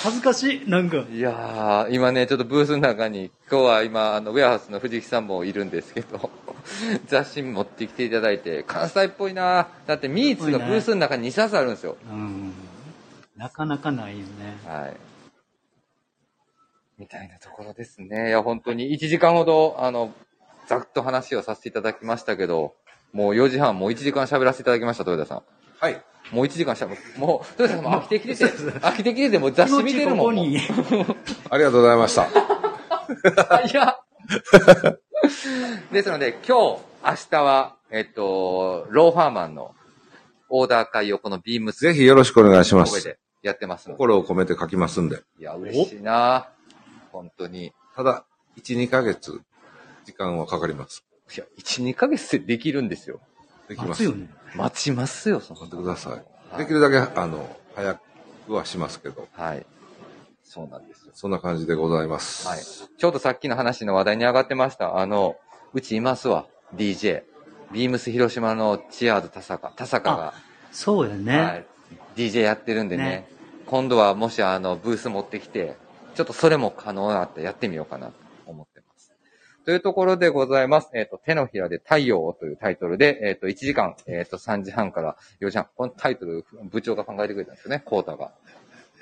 Speaker 2: 恥ずかしい、なんか。
Speaker 1: いやー、今ね、ちょっとブースの中に、今日は今、あの、ウェアハウスの藤木さんもいるんですけど、 雑誌持ってきていただいて、関西っぽいなだってミーツがブースの中に2冊あるんですよ。
Speaker 2: うん。なかなかないよね。
Speaker 1: はい。みたいなところですね。いや、本当に1時間ほど、あの、ざっと話をさせていただきましたけど、もう4時半、もう1時間喋らせていただきました、豊田さ
Speaker 3: はい。
Speaker 1: ん。もう1時間しゃべ、もう、豊田さんも飽きてきてて、飽きてきてて、もう雑誌見てるもん。
Speaker 2: 気持ちここに
Speaker 3: ありがとうございました。
Speaker 1: 早っ ですので、今日、明日は、えっと、ローファーマンのオーダー会をこのビームス
Speaker 3: ぜひよろしくお願いしま
Speaker 1: 神戸
Speaker 3: す。
Speaker 1: でやってますので。
Speaker 3: 心を込めて書きますんで。
Speaker 1: いや、嬉しいな本当に。い
Speaker 3: ただ、1、2ヶ月、時間はかかります。
Speaker 1: や、1、2ヶ月でできるんですよ。
Speaker 3: できま
Speaker 2: 熱
Speaker 3: す。
Speaker 2: いよね。
Speaker 1: 待ちますよ、その
Speaker 3: 待ってくださ
Speaker 1: はい
Speaker 3: い。できるだけ、あの、早くはしますけど、
Speaker 1: はい。そうなんですよ。
Speaker 3: そんな感じでございます。
Speaker 1: はい。ちょうどさっきの話の話題に上がってました。あの、うちいますわ、DJ。ビームス広島のチアーズ田坂。田坂が、
Speaker 2: そうやね。
Speaker 1: はい、DJ やってるんでね
Speaker 2: ね
Speaker 1: 今度はもしあの、ブース持ってきて、ちょっとそれも可能だったらやってみようかなと思ってます。というところでございます。えっ、と、手のひらで太陽をというタイトルで、えっ、と、1時間、えっ、と、3時半から4時半。このタイトル、部長が考えてくれたんですよね、コータが。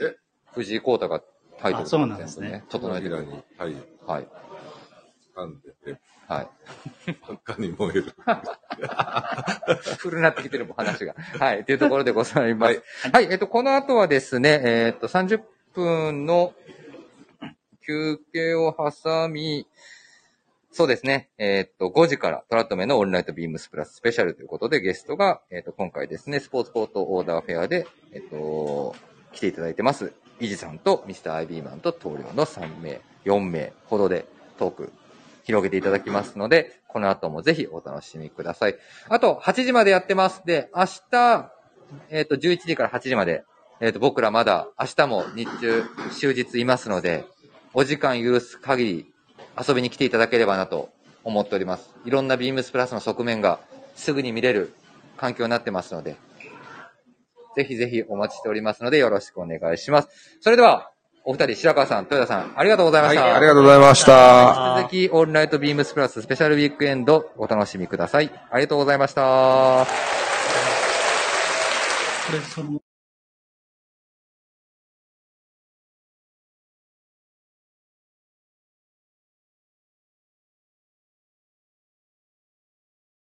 Speaker 3: え
Speaker 1: 藤井コータがタイトル
Speaker 2: あそうなんですね
Speaker 1: 全部
Speaker 3: 整
Speaker 1: 整えて
Speaker 3: えて
Speaker 1: くれ
Speaker 3: らに、はい、
Speaker 1: た。はい。
Speaker 3: 噛んでて、
Speaker 1: はい。
Speaker 3: 真っ赤に燃 える。
Speaker 1: 古なってきてるもん話が。 はい。というところでございます。はい。えっと、この後はですね、えっと、30分の休憩を挟み、そうですね。えっと、5時からトラットメンのオンライトビームスプラススペシャルということで、ゲストが、えっと、今回ですね、スポーツコートオーダーフェアで、えっと、来ていただいてます。イジさんとミスターアイビーマンと棟梁の3名、4名ほどでトーク広げていただきますので、この後もぜひお楽しみください。あと、8時までやってます。で、明日、えっ、と、11時から8時まで、えっ、と、僕らまだ、明日も日中、終日いますので、お時間許す限り、遊びに来ていただければなと思っております。いろんなビームスプラスの側面が、すぐに見れる環境になってますので、ぜひぜひお待ちしておりますので、よろしくお願いします。それでは、お二人、白川さん、豊田さん、ありがとうございま
Speaker 3: は
Speaker 1: し
Speaker 3: い、
Speaker 1: た。
Speaker 3: ありがとうございまし
Speaker 2: ありがとうございました
Speaker 3: た。
Speaker 1: 引き続き、オールナイトビームスプラススペシャルウィークエンド、お楽しみください。ありがとうございました。
Speaker 2: これ、その、